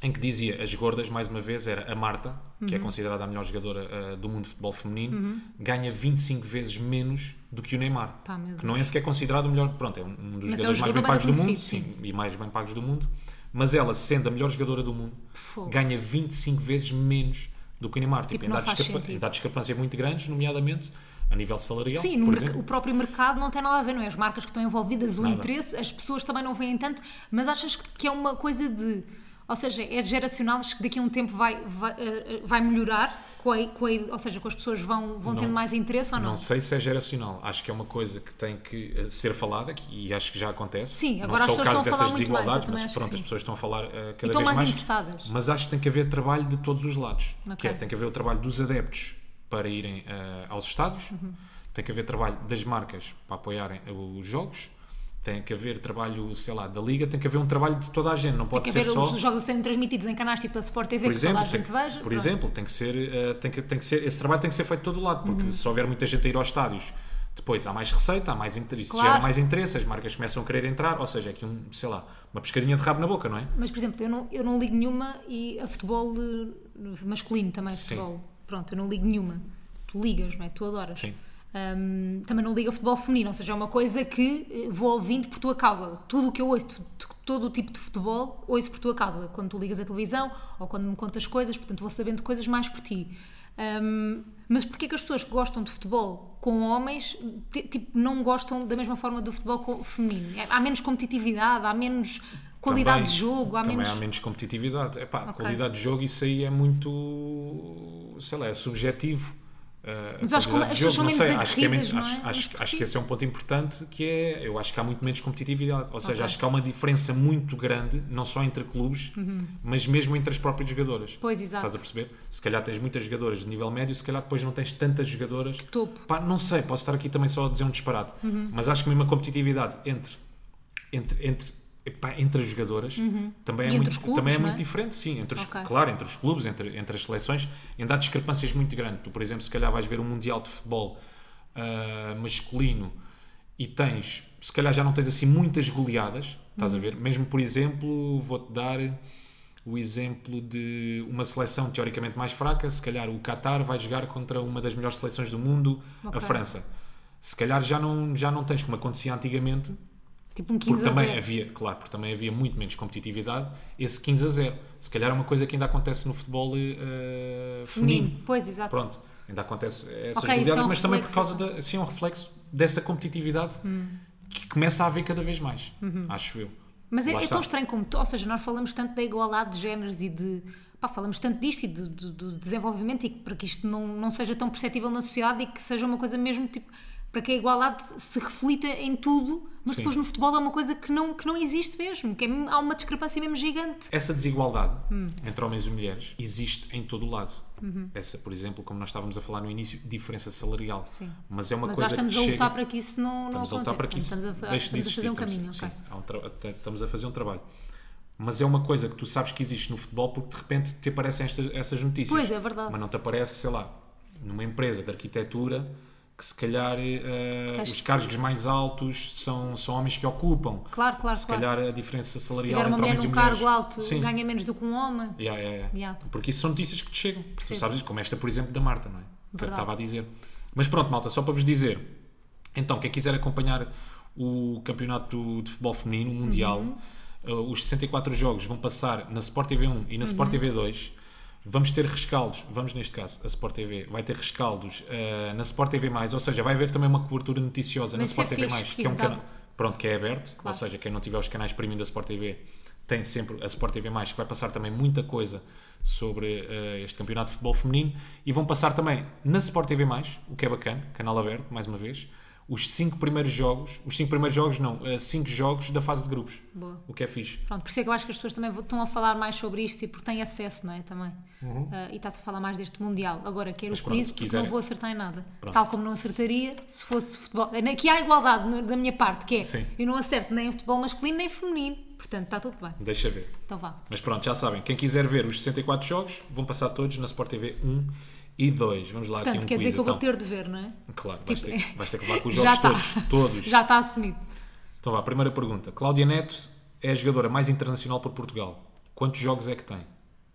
A: em que dizia as gordas, mais uma vez, era a Marta, que
B: Uhum.
A: é considerada a melhor jogadora ah, do mundo de futebol feminino, ganha 25 vezes menos do que o Neymar,
B: Pá, meu
A: que não é sequer considerado o melhor, pronto, é um um dos
B: Mas é um
A: jogadores mais
B: jogador
A: bem
B: bem
A: pagos do mundo,
B: reconhecido,
A: sim, e mais bem pagos do mundo, mas ela, sendo a melhor jogadora do mundo,
B: Fogo.
A: ganha 25 vezes menos do que o Neymar, tipo,
B: Tipo,
A: ainda, há
B: não faz
A: discapa-
B: sentido.
A: ainda há discrepâncias muito grandes, nomeadamente a nível salarial,
B: Sim, no
A: Então, por
B: merc-
A: exemplo.
B: o próprio mercado não tem nada a ver, não é? As marcas que estão envolvidas, o
A: Nada.
B: interesse, as pessoas também não veem tanto, mas achas que que é uma coisa de. Ou seja, é geracional, acho que daqui a um tempo vai, vai, eh, vai melhorar, com a- com a- ou seja, que as pessoas vão, vão
A: Não.
B: tendo mais interesse ou não?
A: Não sei se é geracional. Acho que é uma coisa que tem que eh, ser falada que- e acho que já acontece.
B: Sim,
A: não
B: agora as
A: só o
B: pessoas
A: caso
B: estão a
A: dessas
B: falar muito mais, eu
A: desigualdades,
B: também
A: mas
B: acho que
A: pronto, as
B: sim.
A: pessoas estão a falar eh, cada
B: estão
A: vez
B: mais
A: mais.
B: interessadas.
A: Mas acho que tem que haver trabalho de todos os lados. Que
B: Ok.
A: é, tem que haver o trabalho dos adeptos para irem eh, aos estádios,
B: Uhum.
A: tem que haver trabalho das marcas para apoiarem os jogos. Tem que haver trabalho, sei lá, da Liga, tem que haver um trabalho de toda a gente, não
B: Tem
A: pode
B: que
A: ser
B: haver
A: só.
B: os jogos a serem transmitidos em canais tipo a Sport TV,
A: Por
B: que
A: exemplo,
B: toda a
A: tem,
B: gente veja.
A: por
B: pronto.
A: exemplo, tem que ser, eh, tem que, tem que ser, esse trabalho tem que ser feito de todo lado,
B: Uhum.
A: porque se houver muita gente a ir aos estádios, depois há mais receita, há mais interesse,
B: Claro.
A: gera mais interesse, as marcas começam a querer entrar, ou seja, é aqui um, sei lá, uma pescadinha de rabo na boca, não é?
B: Mas, por exemplo, eu não, eu não ligo nenhuma e a futebol eh, masculino também,
A: Sim.
B: futebol. Pronto, eu não ligo nenhuma. Tu ligas, não é? Tu adoras.
A: Sim.
B: Hum, também não ligo a futebol feminino, ou seja, é uma coisa que eh, vou ouvindo por tua causa. Tudo o que eu ouço, tu- tu- todo o tipo de futebol, ouço por tua causa. Quando tu ligas a televisão ou quando me contas coisas, portanto vou sabendo coisas mais por ti. Hum, mas porquê que as pessoas que gostam de futebol com homens ti- tipo, não gostam da mesma forma do futebol com- feminino? É, Há menos competitividade, há menos qualidade
A: Também-
B: de jogo, há
A: também
B: menos.
A: há menos competitividade. Epá,
B: Ok.
A: qualidade de jogo, isso aí é muito, sei lá, é subjetivo. eh, a
B: Mas acho que
A: qualidade
B: as
A: de jogo,
B: pessoas são
A: não
B: menos
A: sei, acho que é
B: aguerridas,
A: men-
B: não é?
A: acho-
B: Mas
A: acho- acho
B: porquê?
A: que esse é um ponto importante que é, eu acho que há muito menos competitividade, ou seja,
B: Ok.
A: acho que há uma diferença muito grande, não só entre clubes, mas mesmo entre as próprias jogadoras.
B: Uhum. Pois, exato.
A: Estás a perceber? Se calhar tens muitas jogadoras de nível médio, se calhar depois não tens tantas jogadoras. De
B: topo. Uhum.
A: Pá, não sei, posso estar aqui também só a dizer um disparate, mas acho que mesmo a competitividade entre entre, entre, epá, entre as jogadoras também, é,
B: Uhum. E entre
A: muito,
B: os clubes,
A: também é
B: não
A: muito
B: é?
A: diferente, sim. Entre os,
B: Ok.
A: Claro, entre os clubes, entre, entre as seleções, ainda há discrepâncias muito grandes. Tu, por exemplo, se calhar vais ver um Mundial de Futebol ah, masculino e tens, se calhar já não tens assim muitas goleadas, estás a ver? Mesmo, por exemplo, vou-te dar o exemplo de uma seleção teoricamente mais fraca, se calhar o Qatar vai jogar contra uma das melhores seleções do mundo, a
B: Ok.
A: França. Se calhar já não, já não tens como acontecia antigamente,
B: Tipo um 15
A: porque
B: a
A: também é
B: zero.
A: havia, claro, porque também havia muito menos competitividade, esse 15 a 0. Se calhar é uma coisa que ainda acontece no futebol eh, feminino.
B: Pois, exato.
A: Pronto, ainda acontece essas
B: Ok, isso
A: goleadas,
B: é um
A: mas também por
B: reflexo, Hum.
A: causa da, assim, é um reflexo dessa competitividade que começa a haver cada vez mais, acho eu.
B: Uhum. Mas é,
A: Lá
B: é
A: está.
B: tão estranho como, tu- ou seja, nós falamos tanto da igualdade de géneros e de. Pá, falamos tanto disto e do, do- do desenvolvimento e que para que isto não, não seja tão perceptível na sociedade e que seja uma coisa mesmo tipo. para que a igualdade se, se reflita em tudo, mas
A: Sim.
B: depois no futebol é uma coisa que não, que não existe mesmo, que é mesmo- há uma discrepância mesmo gigante.
A: Essa desigualdade
B: Hum.
A: entre homens e mulheres existe em todo o lado.
B: Uhum.
A: Essa, por exemplo, como nós estávamos a falar no início, diferença salarial.
B: Sim.
A: Mas é uma
B: Mas nós
A: coisa
B: estamos
A: que
B: a lutar
A: chega...
B: para que isso não, não
A: estamos a lutar
B: aconteça.
A: para que isso
B: estamos a, fa-
A: deixe de
B: estamos a
A: existir.
B: fazer um
A: estamos,
B: caminho,
A: sim,
B: ok.
A: há um tra- t- estamos a fazer um trabalho. Mas é uma coisa que tu sabes que existe no futebol porque de repente te aparecem estas, essas notícias.
B: Pois, é verdade.
A: Mas não te aparece, sei lá, numa empresa de arquitetura que se calhar eh,
B: Acho
A: os
B: que-
A: cargos mais altos são, são homens que ocupam.
B: Claro, claro,
A: se
B: claro.
A: calhar a diferença
B: Se
A: salarial
B: tiver uma
A: entre homens e
B: mulher num
A: mulheres.
B: cargo alto,
A: Sim.
B: ganha menos do que um homem.
A: Yeah, yeah, yeah.
B: Yeah.
A: Porque isso são notícias que te chegam. Tu
B: Percebo.
A: sabes, como esta, por exemplo, da Marta, não é? Foi o que
B: Verdade.
A: estava a dizer. Mas pronto, malta, só para vos dizer. Então, quem quiser acompanhar o campeonato de futebol feminino, o Mundial,
B: Uhum.
A: eh, os 64 jogos vão passar na Sport TV 1
B: Uhum.
A: e na Sport TV 2. Vamos ter rescaldos, vamos neste caso, a Sport TV vai ter rescaldos eh, na Sport TV+, ou seja, vai haver também uma cobertura noticiosa na
B: Mas isso é
A: Sport TV+,
B: fixe,
A: que é um
B: porque isso
A: canal, pronto, que é aberto, ou
B: Claro.
A: seja, quem não tiver os canais premium da Sport TV tem sempre a Sport TV+, que vai passar também muita coisa sobre eh, este campeonato de futebol feminino e vão passar também na Sport TV+, o que é bacana, canal aberto, mais uma vez, os cinco primeiros jogos, os cinco primeiros jogos não, eh, cinco jogos da fase de grupos.
B: Boa.
A: O que é fixe.
B: Pronto, por isso é que eu acho que as pessoas também vo- estão a falar mais sobre isto e porque têm acesso, não é? Também. Ah, e está-se a falar mais deste Mundial. Agora, quero
A: Uhum. Mas
B: o
A: pronto,
B: quiz
A: se
B: porque
A: quiserem.
B: não vou acertar em nada.
A: Pronto.
B: Tal como não acertaria se fosse futebol. Aqui há igualdade no- da minha parte, que é
A: Sim.
B: eu não acerto nem em futebol masculino nem feminino. Portanto, está tudo bem.
A: Deixa ver.
B: Então vá.
A: Mas pronto, já sabem, quem quiser ver os 64 jogos, vão passar todos na Sport TV 1 e 2. Vamos lá aqui
B: Portanto,
A: um
B: quer
A: quiz
B: dizer que eu vou
A: então.
B: ter de ver, não é?
A: Claro, vais
B: tipo,
A: ter, vais ter que
B: <laughs>
A: levar com os
B: já
A: jogos
B: tá.
A: todos, todos.
B: <laughs> Já está assumido.
A: Então vá, primeira pergunta. Cláudia Neto é a jogadora mais internacional por Portugal. Quantos jogos é que tem?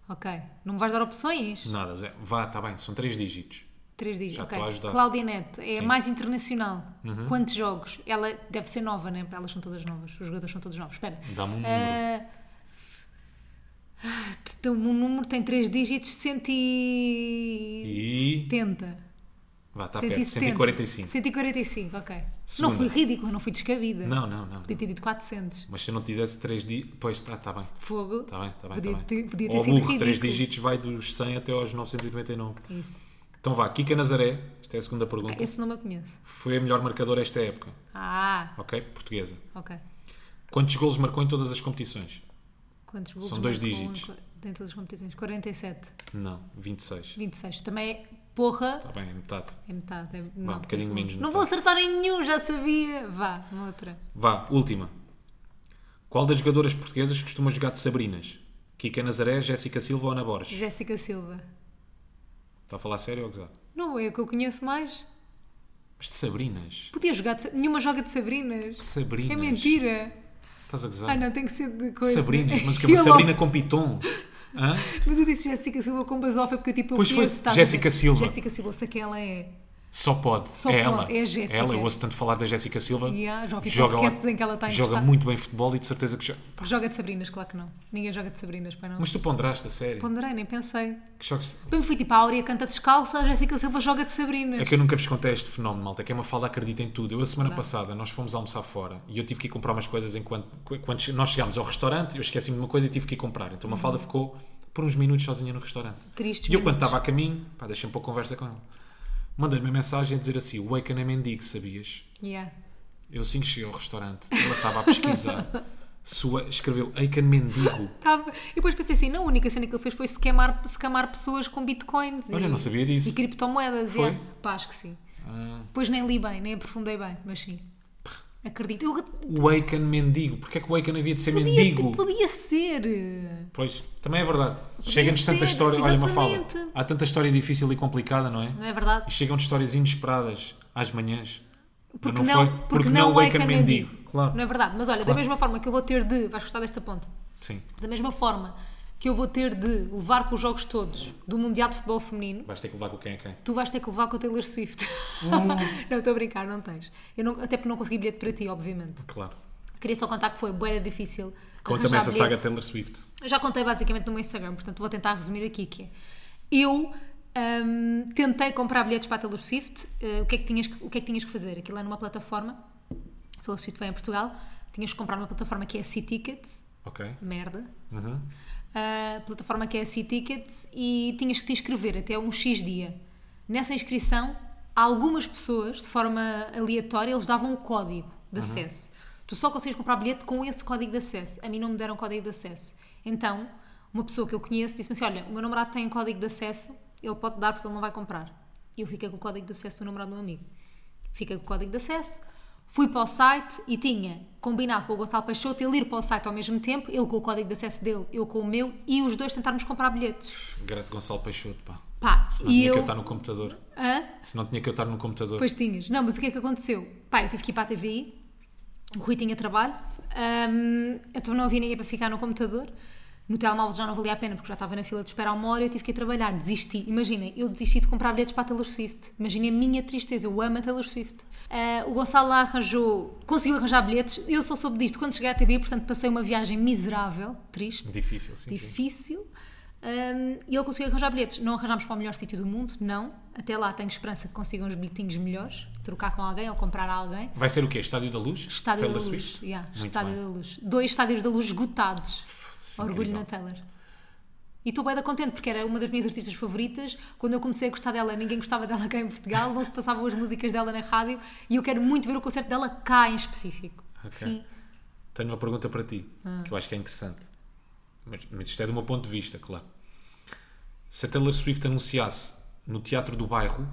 B: Ok. Não me vais dar opções?
A: Nada, Zé. Vá, está bem, são três dígitos.
B: Três dias,
A: Já
B: ok.
A: estou a ajudar.
B: Cláudia Neto é a
A: Sim. Uhum.
B: mais internacional. Quantos jogos? Ela deve ser nova, né? Elas são todas novas. Os jogadores são todos novos. Espera.
A: Dá-me um
B: Ah, te dou-me um número, tem três dígitos, 170.
A: E. Vá, está Tá perto. 145.
B: 145, ok.
A: Segunda.
B: Não fui ridícula, não fui descabida.
A: Não, não, não.
B: Podia ter dito 400.
A: Mas se eu não te dissesse três dígitos. Pois, está tá bem.
B: Fogo.
A: Está bem, está bem.
B: Podia,
A: tá bem.
B: ter, podia ter
A: Ó
B: sido
A: burro,
B: ridículo.
A: três dígitos vai dos 100 até aos 999.
B: Isso.
A: Então vá, Kika Nazaré, esta é a segunda pergunta,
B: Esse nome eu conheço.
A: foi a melhor marcadora esta época,
B: Ah,
A: ok? Portuguesa.
B: ok.
A: Quantos golos marcou em todas as competições?
B: Quantos gols
A: São dois dígitos.
B: Dentro das competições. 47.
A: Não, 26.
B: 26. Também é porra.
A: Está bem, é metade.
B: É metade. É, não,
A: um bocadinho
B: foi-
A: menos,
B: Não
A: metade.
B: vou acertar em nenhum, já sabia. Vá, uma outra.
A: Vá, última. Qual das jogadoras portuguesas costuma jogar de Sabrinas? Kika Nazaré, Jéssica Silva ou Ana Borges?
B: Jéssica Silva.
A: Está a falar sério ou gozar?
B: Não é a que eu conheço mais.
A: Mas de Sabrinas?
B: Podia jogar. De... Nenhuma joga de
A: De
B: Sabrinas.
A: Sabrinas?
B: É mentira.
A: Estás a gozar?
B: Ah, não, tem que ser de
A: De
B: coisa.
A: Sabrinas, mas que é
B: <laughs> Eu
A: uma
B: logo-
A: Sabrina com piton. Hã?
B: Mas eu disse Jéssica Silva com basofa porque eu tipo. eu
A: Pois foi,
B: conheço, estás a
A: Jéssica
B: ver?
A: Silva.
B: Jéssica Silva, eu sei quem ela é.
A: Só pode.
B: Só
A: é
B: pode,
A: ela.
B: é a Jéssica.
A: Ela, eu ouço tanto falar da Jéssica Silva.
B: Yeah, já ouvi
A: Joga
B: podcasts
A: lá-
B: em que ela está
A: Joga
B: interessada.
A: muito bem futebol e de certeza que joga.
B: Joga de Sabrinas, claro que não. Ninguém joga de Sabrinas, para não.
A: Mas tu ponderaste a sério.
B: Ponderei, nem pensei.
A: Que jogos-
B: Bem, fui tipo, a Áurea canta descalça, a Jéssica Silva joga de Sabrina.
A: É que eu nunca vos contei este fenómeno, malta, que é uma falda acredita em tudo. Eu, a semana passada, nós fomos almoçar fora e eu tive que ir comprar umas coisas enquanto qu- quando che- nós chegámos ao restaurante, eu esqueci-me de uma coisa e tive que ir comprar. Então uma falda ficou por uns minutos sozinha no restaurante.
B: Tristes
A: E eu, quando
B: minutos.
A: estava a caminho, pá, deixei um pouco a conversa com ela. Mandei-lhe uma mensagem a dizer assim: o Waken é mendigo, sabias?
B: Yeah.
A: Eu assim que cheguei ao restaurante, ela estava a pesquisar. Sua, escreveu Aiken Mendigo.
B: Tava- E depois pensei assim, não, a única cena que ele fez foi scamar, scamar pessoas com bitcoins
A: Olha,
B: e,
A: não sabia disso.
B: e criptomoedas.
A: Foi?
B: é. Pá, acho que sim.
A: Ah,
B: Depois nem li bem, nem aprofundei bem, mas sim. Acredito. Eu
A: o Aiken Mendigo. Porquê é que o Aiken havia de ser
B: podia,
A: mendigo?
B: podia ser. eh,
A: Pois, também é verdade. Chega-nos tanta
B: ser,
A: história. Olha, uma fala.
B: exatamente.
A: Há tanta história difícil e complicada, não é?
B: Não é verdade?
A: E chegam-nos histórias inesperadas às manhãs. Mas
B: Porque não,
A: foi-
B: porque não, é que mendigo.
A: Claro.
B: Não é verdade? Mas olha, da mesma forma que eu vou ter de. Vais gostar desta ponte.
A: Sim,
B: Da mesma forma que eu vou ter de levar com os jogos todos do Mundial de Futebol Feminino,
A: vais ter que levar com quem é quem.
B: tu vais ter que levar com o Taylor Swift.
A: Hum.
B: <laughs> não, estou a brincar, não tens. Eu não- até porque não consegui bilhete para ti, obviamente.
A: Claro.
B: Queria só contar que foi bué difícil.
A: Conta-me
B: arranjar
A: essa saga
B: bilhete.
A: Taylor Swift.
B: Já contei basicamente no meu Instagram, portanto vou tentar resumir aqui que é. Eu hum, tentei comprar bilhetes para a Taylor Swift. eh, o, que é que tinhas, que- o que é que tinhas que fazer? Aquilo é numa plataforma. A Taylor Swift vem a Portugal. Tinhas que comprar uma plataforma que é a C-Ticket.
A: Ok.
B: Merda.
A: Uhum.
B: a plataforma que é a C-Tickets e tinhas que te inscrever até um X dia. Nessa inscrição, algumas pessoas, de forma aleatória, eles davam o código de acesso. Tu só consegues comprar bilhete com esse código de acesso. A mim não me deram código de acesso. Então, uma pessoa que eu conheço disse-me assim: Olha, o meu namorado tem código de acesso, ele pode dar porque ele não vai comprar. E eu fiquei com o código de acesso do namorado do meu amigo. Fiquei com o código de acesso, fui para o site e tinha combinado com o Gonçalo Peixoto ele ir para o site ao mesmo tempo, ele com o código de acesso dele, eu com o meu, e os dois tentarmos comprar bilhetes.
A: Grato Gonçalo Peixoto, pá.
B: Pá,
A: Se não
B: e
A: tinha
B: eu.
A: que eu estar no computador.
B: Hã?
A: Se não tinha que eu estar no computador.
B: Pois tinhas. Não, mas o que é que aconteceu? Pá, eu tive que ir para a TVI, o Rui tinha trabalho, hum, então não havia ninguém para ficar no computador. No telemóvel já não valia a pena porque já estava na fila de espera há uma hora e eu tive que ir trabalhar, desisti. Imaginem, eu desisti de comprar bilhetes para a Taylor Swift. Imaginem a minha tristeza, eu amo a Taylor Swift. Ah, o Gonçalo lá arranjou, conseguiu arranjar bilhetes, eu só soube disto quando cheguei à TVI, portanto passei uma viagem miserável, triste
A: Difícil, sim. sim.
B: difícil. Hum, e ele conseguiu arranjar bilhetes. Não arranjámos para o melhor sítio do mundo, não. Até lá tenho esperança que consigam os bilhetinhos melhores, trocar com alguém ou comprar a alguém.
A: Vai ser o quê? Estádio da Luz?
B: Estádio
A: Taylor
B: da Luz.
A: Swift?
B: yeah,
A: Muito
B: Estádio
A: bem.
B: da Luz. Dois estádios da luz esgotados.
A: Pff,
B: Orgulho
A: incrível.
B: na Taylor. E estou bem contente porque era uma das minhas artistas favoritas. Quando eu comecei a gostar dela, ninguém gostava dela cá em Portugal, não se passavam as músicas dela na rádio e eu quero muito ver o concerto dela cá em específico.
A: Ok.
B: Sim. Ah.
A: Tenho uma pergunta para ti, que eu acho que é interessante. Mas, mas isto é do meu ponto de vista, claro. Se a Taylor Swift anunciasse no Teatro do Bairro,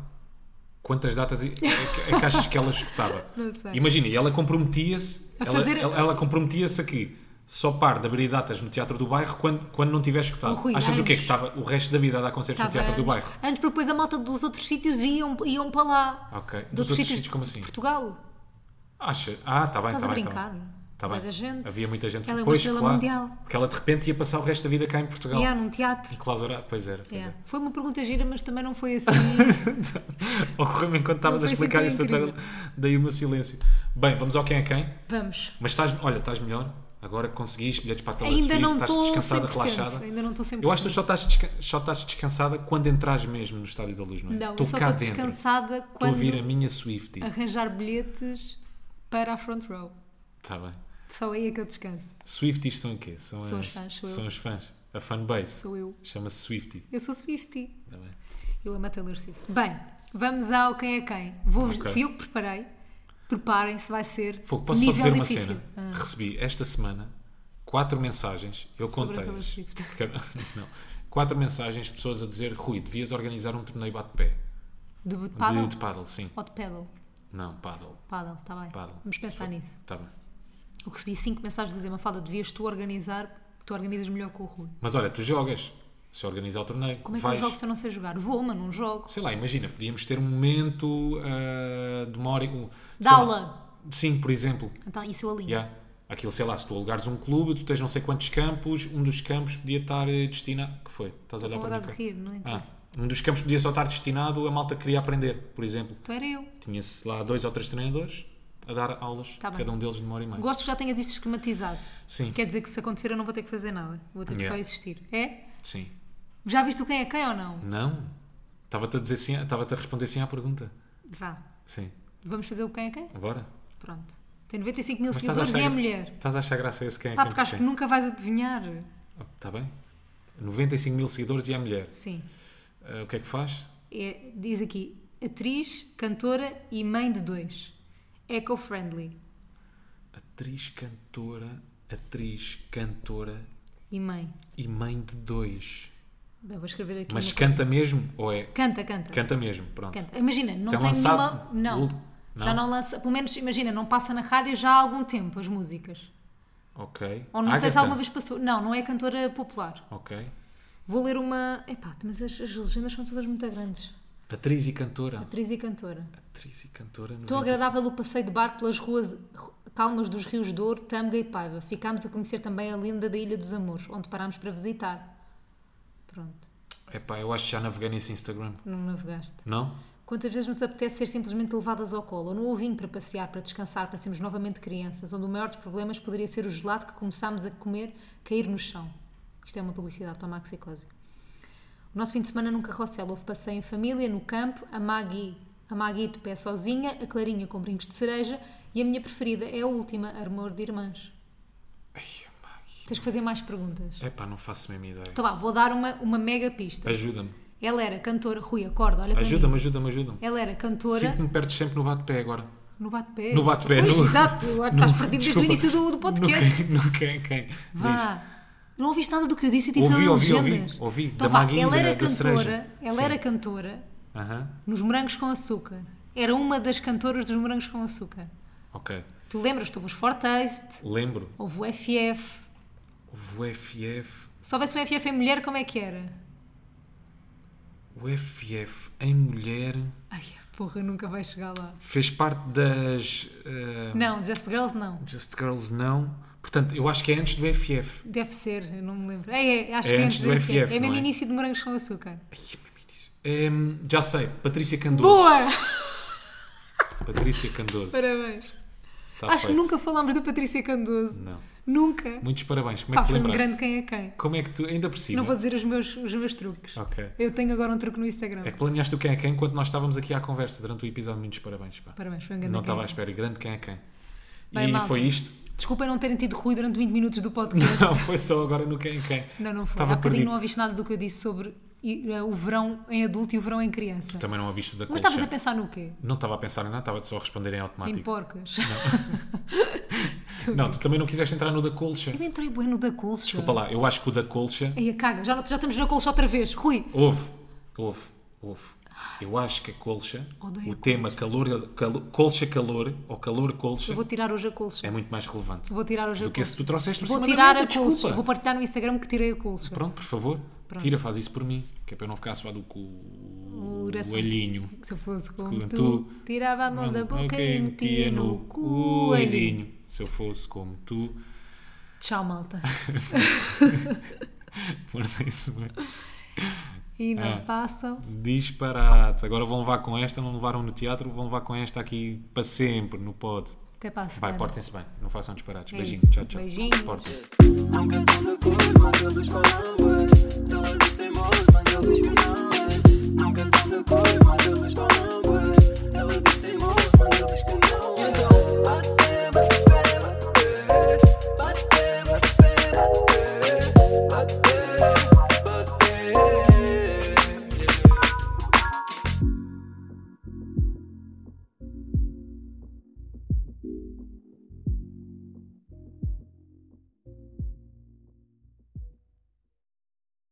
A: quantas datas é que, é que achas que ela escutava?
B: <laughs> Não sei.
A: Imagina, e ela comprometia-se
B: A
A: ela,
B: fazer-
A: ela, ela comprometia-se aqui só par de abrir datas no Teatro do Bairro quando, quando não tiver escutado.
B: O Rui
A: achas o quê? Que
B: Aires.
A: estava o resto da vida a dar concertos
B: Estava
A: no Teatro do
B: antes-
A: Bairro?
B: Antes, porque depois a malta dos outros sítios iam, iam para lá.
A: Ok.
B: De
A: Dos outros sítios, como assim?
B: de Portugal.
A: Acha? Ah, está bem,
B: Estás
A: está
B: a
A: bem. tá
B: brincar?
A: bem. Tá
B: Bué
A: bem.
B: da gente.
A: Havia muita gente.
B: Ela é uma
A: pois,
B: estrela
A: claro,
B: mundial.
A: Porque ela de repente ia passar o resto da vida cá em Portugal.
B: Yeah, num teatro.
A: Enclausurada, pois era. Pois
B: Yeah.
A: era.
B: Foi uma pergunta gira, mas também não foi
A: <laughs>
B: assim.
A: Ocorreu-me enquanto estavas a
B: foi assim
A: explicar
B: tão
A: isso, da
B: incrível.
A: tela, daí o meu silêncio. Bem, vamos ao quem é quem.
B: Vamos.
A: Mas estás, olha, estás melhor. Agora que conseguiste bilhetes para a Taylor
B: Ainda
A: Swift,
B: não
A: estás
B: estou
A: descansada,
B: 100%.
A: relaxada.
B: Ainda não estou 100%.
A: Eu acho que tu só estás, desca- só estás descansada quando entras mesmo no Estádio da Luz, não é?
B: Não,
A: estou
B: eu só
A: cá
B: estou
A: dentro.
B: descansada
A: Estou a
B: quando Ah.
A: ouvir a minha Swiftie.
B: arranjar bilhetes para a front row.
A: Está Tá bem.
B: Só aí é que eu descanso.
A: Swifties são o quê? São,
B: São
A: as-
B: os fãs, sou
A: São
B: eu.
A: os fãs. A fanbase.
B: Sou eu.
A: Chama-se Swiftie.
B: Eu sou Swifty.
A: Está bem.
B: Eu amo a Taylor Swift. Bem, vamos ao quem é quem. Vou
A: Ok.
B: Fui eu que preparei. Preparem-se, vai ser.
A: Fogo, posso só
B: nível
A: dizer uma
B: difícil.
A: cena?
B: Ah,
A: Recebi esta semana quatro mensagens, eu
B: Sobre a
A: contei.
B: Taylor Swift.
A: <laughs> não, quatro mensagens de pessoas a dizer: Rui, devias organizar um torneio bate-pé.
B: de boot paddle?
A: De, de paddle, sim.
B: Ou de pedal?
A: Não, paddle.
B: Paddle, está bem.
A: Paddle.
B: Vamos pensar nisso.
A: Está bem.
B: Eu recebi cinco mensagens a dizer, Mafalda, devias tu organizar, porque tu organizas melhor que o Rui.
A: Mas olha, tu jogas. Se organizar o torneio,
B: Como é que
A: vais.
B: eu jogo se eu não sei jogar? Vou, mas não jogo.
A: Sei lá, imagina, podíamos ter um momento ah, de uma hora. e- um- sei
B: Da
A: lá.
B: aula.
A: Sim, por exemplo.
B: Então, isso eu alinho.
A: Yeah. Aquilo, sei lá, se tu alugares um clube, tu tens não sei quantos campos, um dos campos podia estar eh, destinado. que foi? Estás a olhar
B: Vou
A: para
B: dar
A: mim?
B: de
A: cara?
B: rir, não
A: Ah,
B: interessa.
A: um dos campos podia só estar destinado a malta que queria aprender, por exemplo.
B: Então era eu.
A: Tinha-se lá dois ou três treinadores a dar aulas,
B: Tá bem.
A: cada um deles de uma hora e meia.
B: Gosto que já tenhas isto esquematizado.
A: Sim,
B: Quer dizer que se acontecer eu não vou ter que fazer nada. Vou ter que
A: Yeah.
B: só existir. É?
A: sim.
B: Já viste o quem é quem ou não?
A: Não? Estava-te a dizer sim, estava-te a responder sim à pergunta.
B: Vá.
A: Sim,
B: Vamos fazer o quem é quem?
A: bora.
B: Pronto. Tem 95 mil
A: estás a
B: seguidores
A: achar
B: e é
A: gra-
B: mulher.
A: Estás a achar graça a esse quem é
B: Pá,
A: quem
B: porque acho que
A: tem?
B: nunca vais adivinhar.
A: Tá bem? 95 mil seguidores e é mulher.
B: Sim.
A: Ah, o que é que faz?
B: É- diz aqui, atriz, cantora e mãe de dois. Eco-friendly.
A: Atriz, cantora, atriz, cantora
B: E mãe.
A: e mãe de dois.
B: Bem, vou escrever aqui.
A: Mas
B: uma-
A: canta mesmo ou é?
B: Canta, canta.
A: Canta mesmo, pronto.
B: Canta. Imagina, não
A: Tem
B: tem,
A: lançado
B: nenhuma. Não.
A: ul-
B: Já
A: não?
B: não lança. Pelo menos, imagina, não passa na rádio já há algum tempo as músicas.
A: Ok.
B: Ou não sei se
A: Agatha?
B: alguma vez passou. Não, não é cantora popular.
A: Ok.
B: Vou ler uma. Epá, mas as, as legendas são todas muito grandes.
A: Atriz e cantora.
B: Atriz e cantora.
A: Atriz e cantora.
B: Estou agradável o passeio de barco pelas ruas calmas dos rios de Ouro, Tâmega e Paiva. Ficámos a conhecer também a linda da Ilha dos Amores, onde parámos para visitar. Pronto,
A: É pá, eu acho que já naveguei nesse Instagram.
B: não navegaste.
A: Não?
B: Quantas vezes nos apetece ser simplesmente levadas ao colo, ou no ovinho para passear, para descansar, para sermos novamente crianças, onde o maior dos problemas poderia ser o gelado que começámos a comer cair no chão. Isto é uma publicidade para a Maxicose. O nosso fim de semana num carrossel houve passeio em família, no campo, a Magui, a Magui de pé sozinha, a Clarinha com brincos de cereja e a minha preferida é a última, Amor de Irmãs.
A: Ai, a Maggie.
B: Tens que fazer mais perguntas.
A: É pá, não faço a mesma ideia.
B: Então vá, vou dar uma, uma mega pista.
A: Ajuda-me.
B: Ela era cantora. Rui, acorda, olha para
A: Ajuda-me,
B: mim.
A: ajuda-me, ajuda-me.
B: Ela era cantora.
A: Sinto que me perdes sempre no bate-pé agora.
B: No bate-pé.
A: No bate-pé.
B: Pois,
A: no- <laughs>
B: exato. Estás perdido desde o
A: Desculpa.
B: início do, do
A: <laughs>
B: podcast.
A: No quem, no quem, quem? Diz.
B: Vá. Não ouviste nada do que eu disse e tive
A: Ouvi,
B: só
A: ouvi,
B: legendas.
A: ouvi, ouvi.
B: Então
A: Da
B: vá,
A: Maguinho,
B: ela era
A: da- da cereja.
B: cantora. Ela
A: Sim.
B: era cantora
A: Aham.
B: nos Morangos com Açúcar. Era uma das cantoras dos Morangos com Açúcar.
A: Ok.
B: Tu lembras? Tu houve os Fortaste,
A: Lembro.
B: houve o FF.
A: Houve o FF.
B: Se houvesse um FF em mulher, como é que era?
A: O FF em mulher
B: Ai, porra, nunca vai chegar lá.
A: fez parte das. eh,
B: Não, Just Girls não.
A: Just Girls não. Portanto, eu acho que é antes do FF.
B: Deve ser, eu não me lembro. É, é, acho
A: É
B: que é
A: antes
B: antes
A: do
B: FF.
A: FF,
B: É mesmo
A: não é?
B: início de Morangos com Açúcar.
A: Ai, meu início. Em, já sei, Patrícia Candoso.
B: Boa!
A: Patrícia Candoso.
B: Parabéns.
A: Tá
B: Acho que
A: feito.
B: nunca falámos da Patrícia Candoso.
A: Não.
B: Nunca.
A: Muitos parabéns. Como é
B: Pá,
A: que te
B: foi um
A: lembraste?
B: grande quem é quem.
A: Como é que tu. Ainda por cima.
B: Não vou dizer os meus, os meus truques.
A: Ok.
B: Eu tenho agora um truque no Instagram.
A: É que planeaste o quem é quem enquanto nós estávamos aqui à conversa durante o episódio. Muitos parabéns. Pá.
B: Parabéns, foi um grande
A: Não
B: quem é
A: estava à
B: quem.
A: espera. Grande quem é quem.
B: Bem,
A: e
B: malta. <laughs>
A: foi isto.
B: Desculpem não terem tido ruído durante 20 minutos do podcast.
A: <laughs> Não, foi só agora no quem é quem.
B: Não, não foi.
A: Estava
B: Há bocadinho
A: perdido.
B: não ouviste nada do que eu disse sobre ir, eh, o verão em adulto e o verão em criança.
A: Também não ouviste o da
B: Mas
A: colcha.
B: estavas a pensar no quê?
A: Não estava a pensar em nada, estava só a responder em
B: Em
A: automático.
B: porcas.
A: Não, tu também não quiseste entrar no da colcha.
B: <laughs> Eu entrei bueno da colcha.
A: Desculpa lá, eu acho que o da colcha.
B: Aí a caga, já, não- já estamos na colcha outra vez. Rui,
A: Houve, houve, houve. Eu acho que a colcha,
B: Odeio
A: o
B: a
A: tema calor, calo- colcha-calor ou calor-colcha
B: eu vou tirar hoje a colcha.
A: é muito mais relevante
B: Vou tirar hoje a
A: do que
B: colcha.
A: esse que tu trouxeste por
B: Vou
A: cima
B: tirar
A: da
B: a
A: mesa, é desculpa.
B: colcha. Vou partilhar no Instagram que tirei a colcha.
A: Pronto, por favor,
B: Pronto.
A: tira, faz isso por mim, que é para eu não ficar suado com o,
B: Coração.
A: o olhinho.
B: Se eu fosse como,
A: Como
B: tu,
A: tu,
B: tirava a mão da boca e metia no coelhinho.
A: coelhinho. Se eu fosse como tu, <laughs>
B: Tchau, malta.
A: portem-se bem.
B: E não
A: Ah.
B: façam.
A: Disparates. Agora vão levar com esta, não levaram no teatro, vão levar com esta aqui para sempre, no pod.
B: Até para a semana.
A: Vai, portem-se bem, não façam disparates.
B: É
A: Beijinho,
B: isso.
A: tchau, tchau.
B: Beijinhos.
A: Portem-se.
C: I'm cantando cores, mas eles falam bué. Todas têm mãos, mas eles que não é. I'm cantando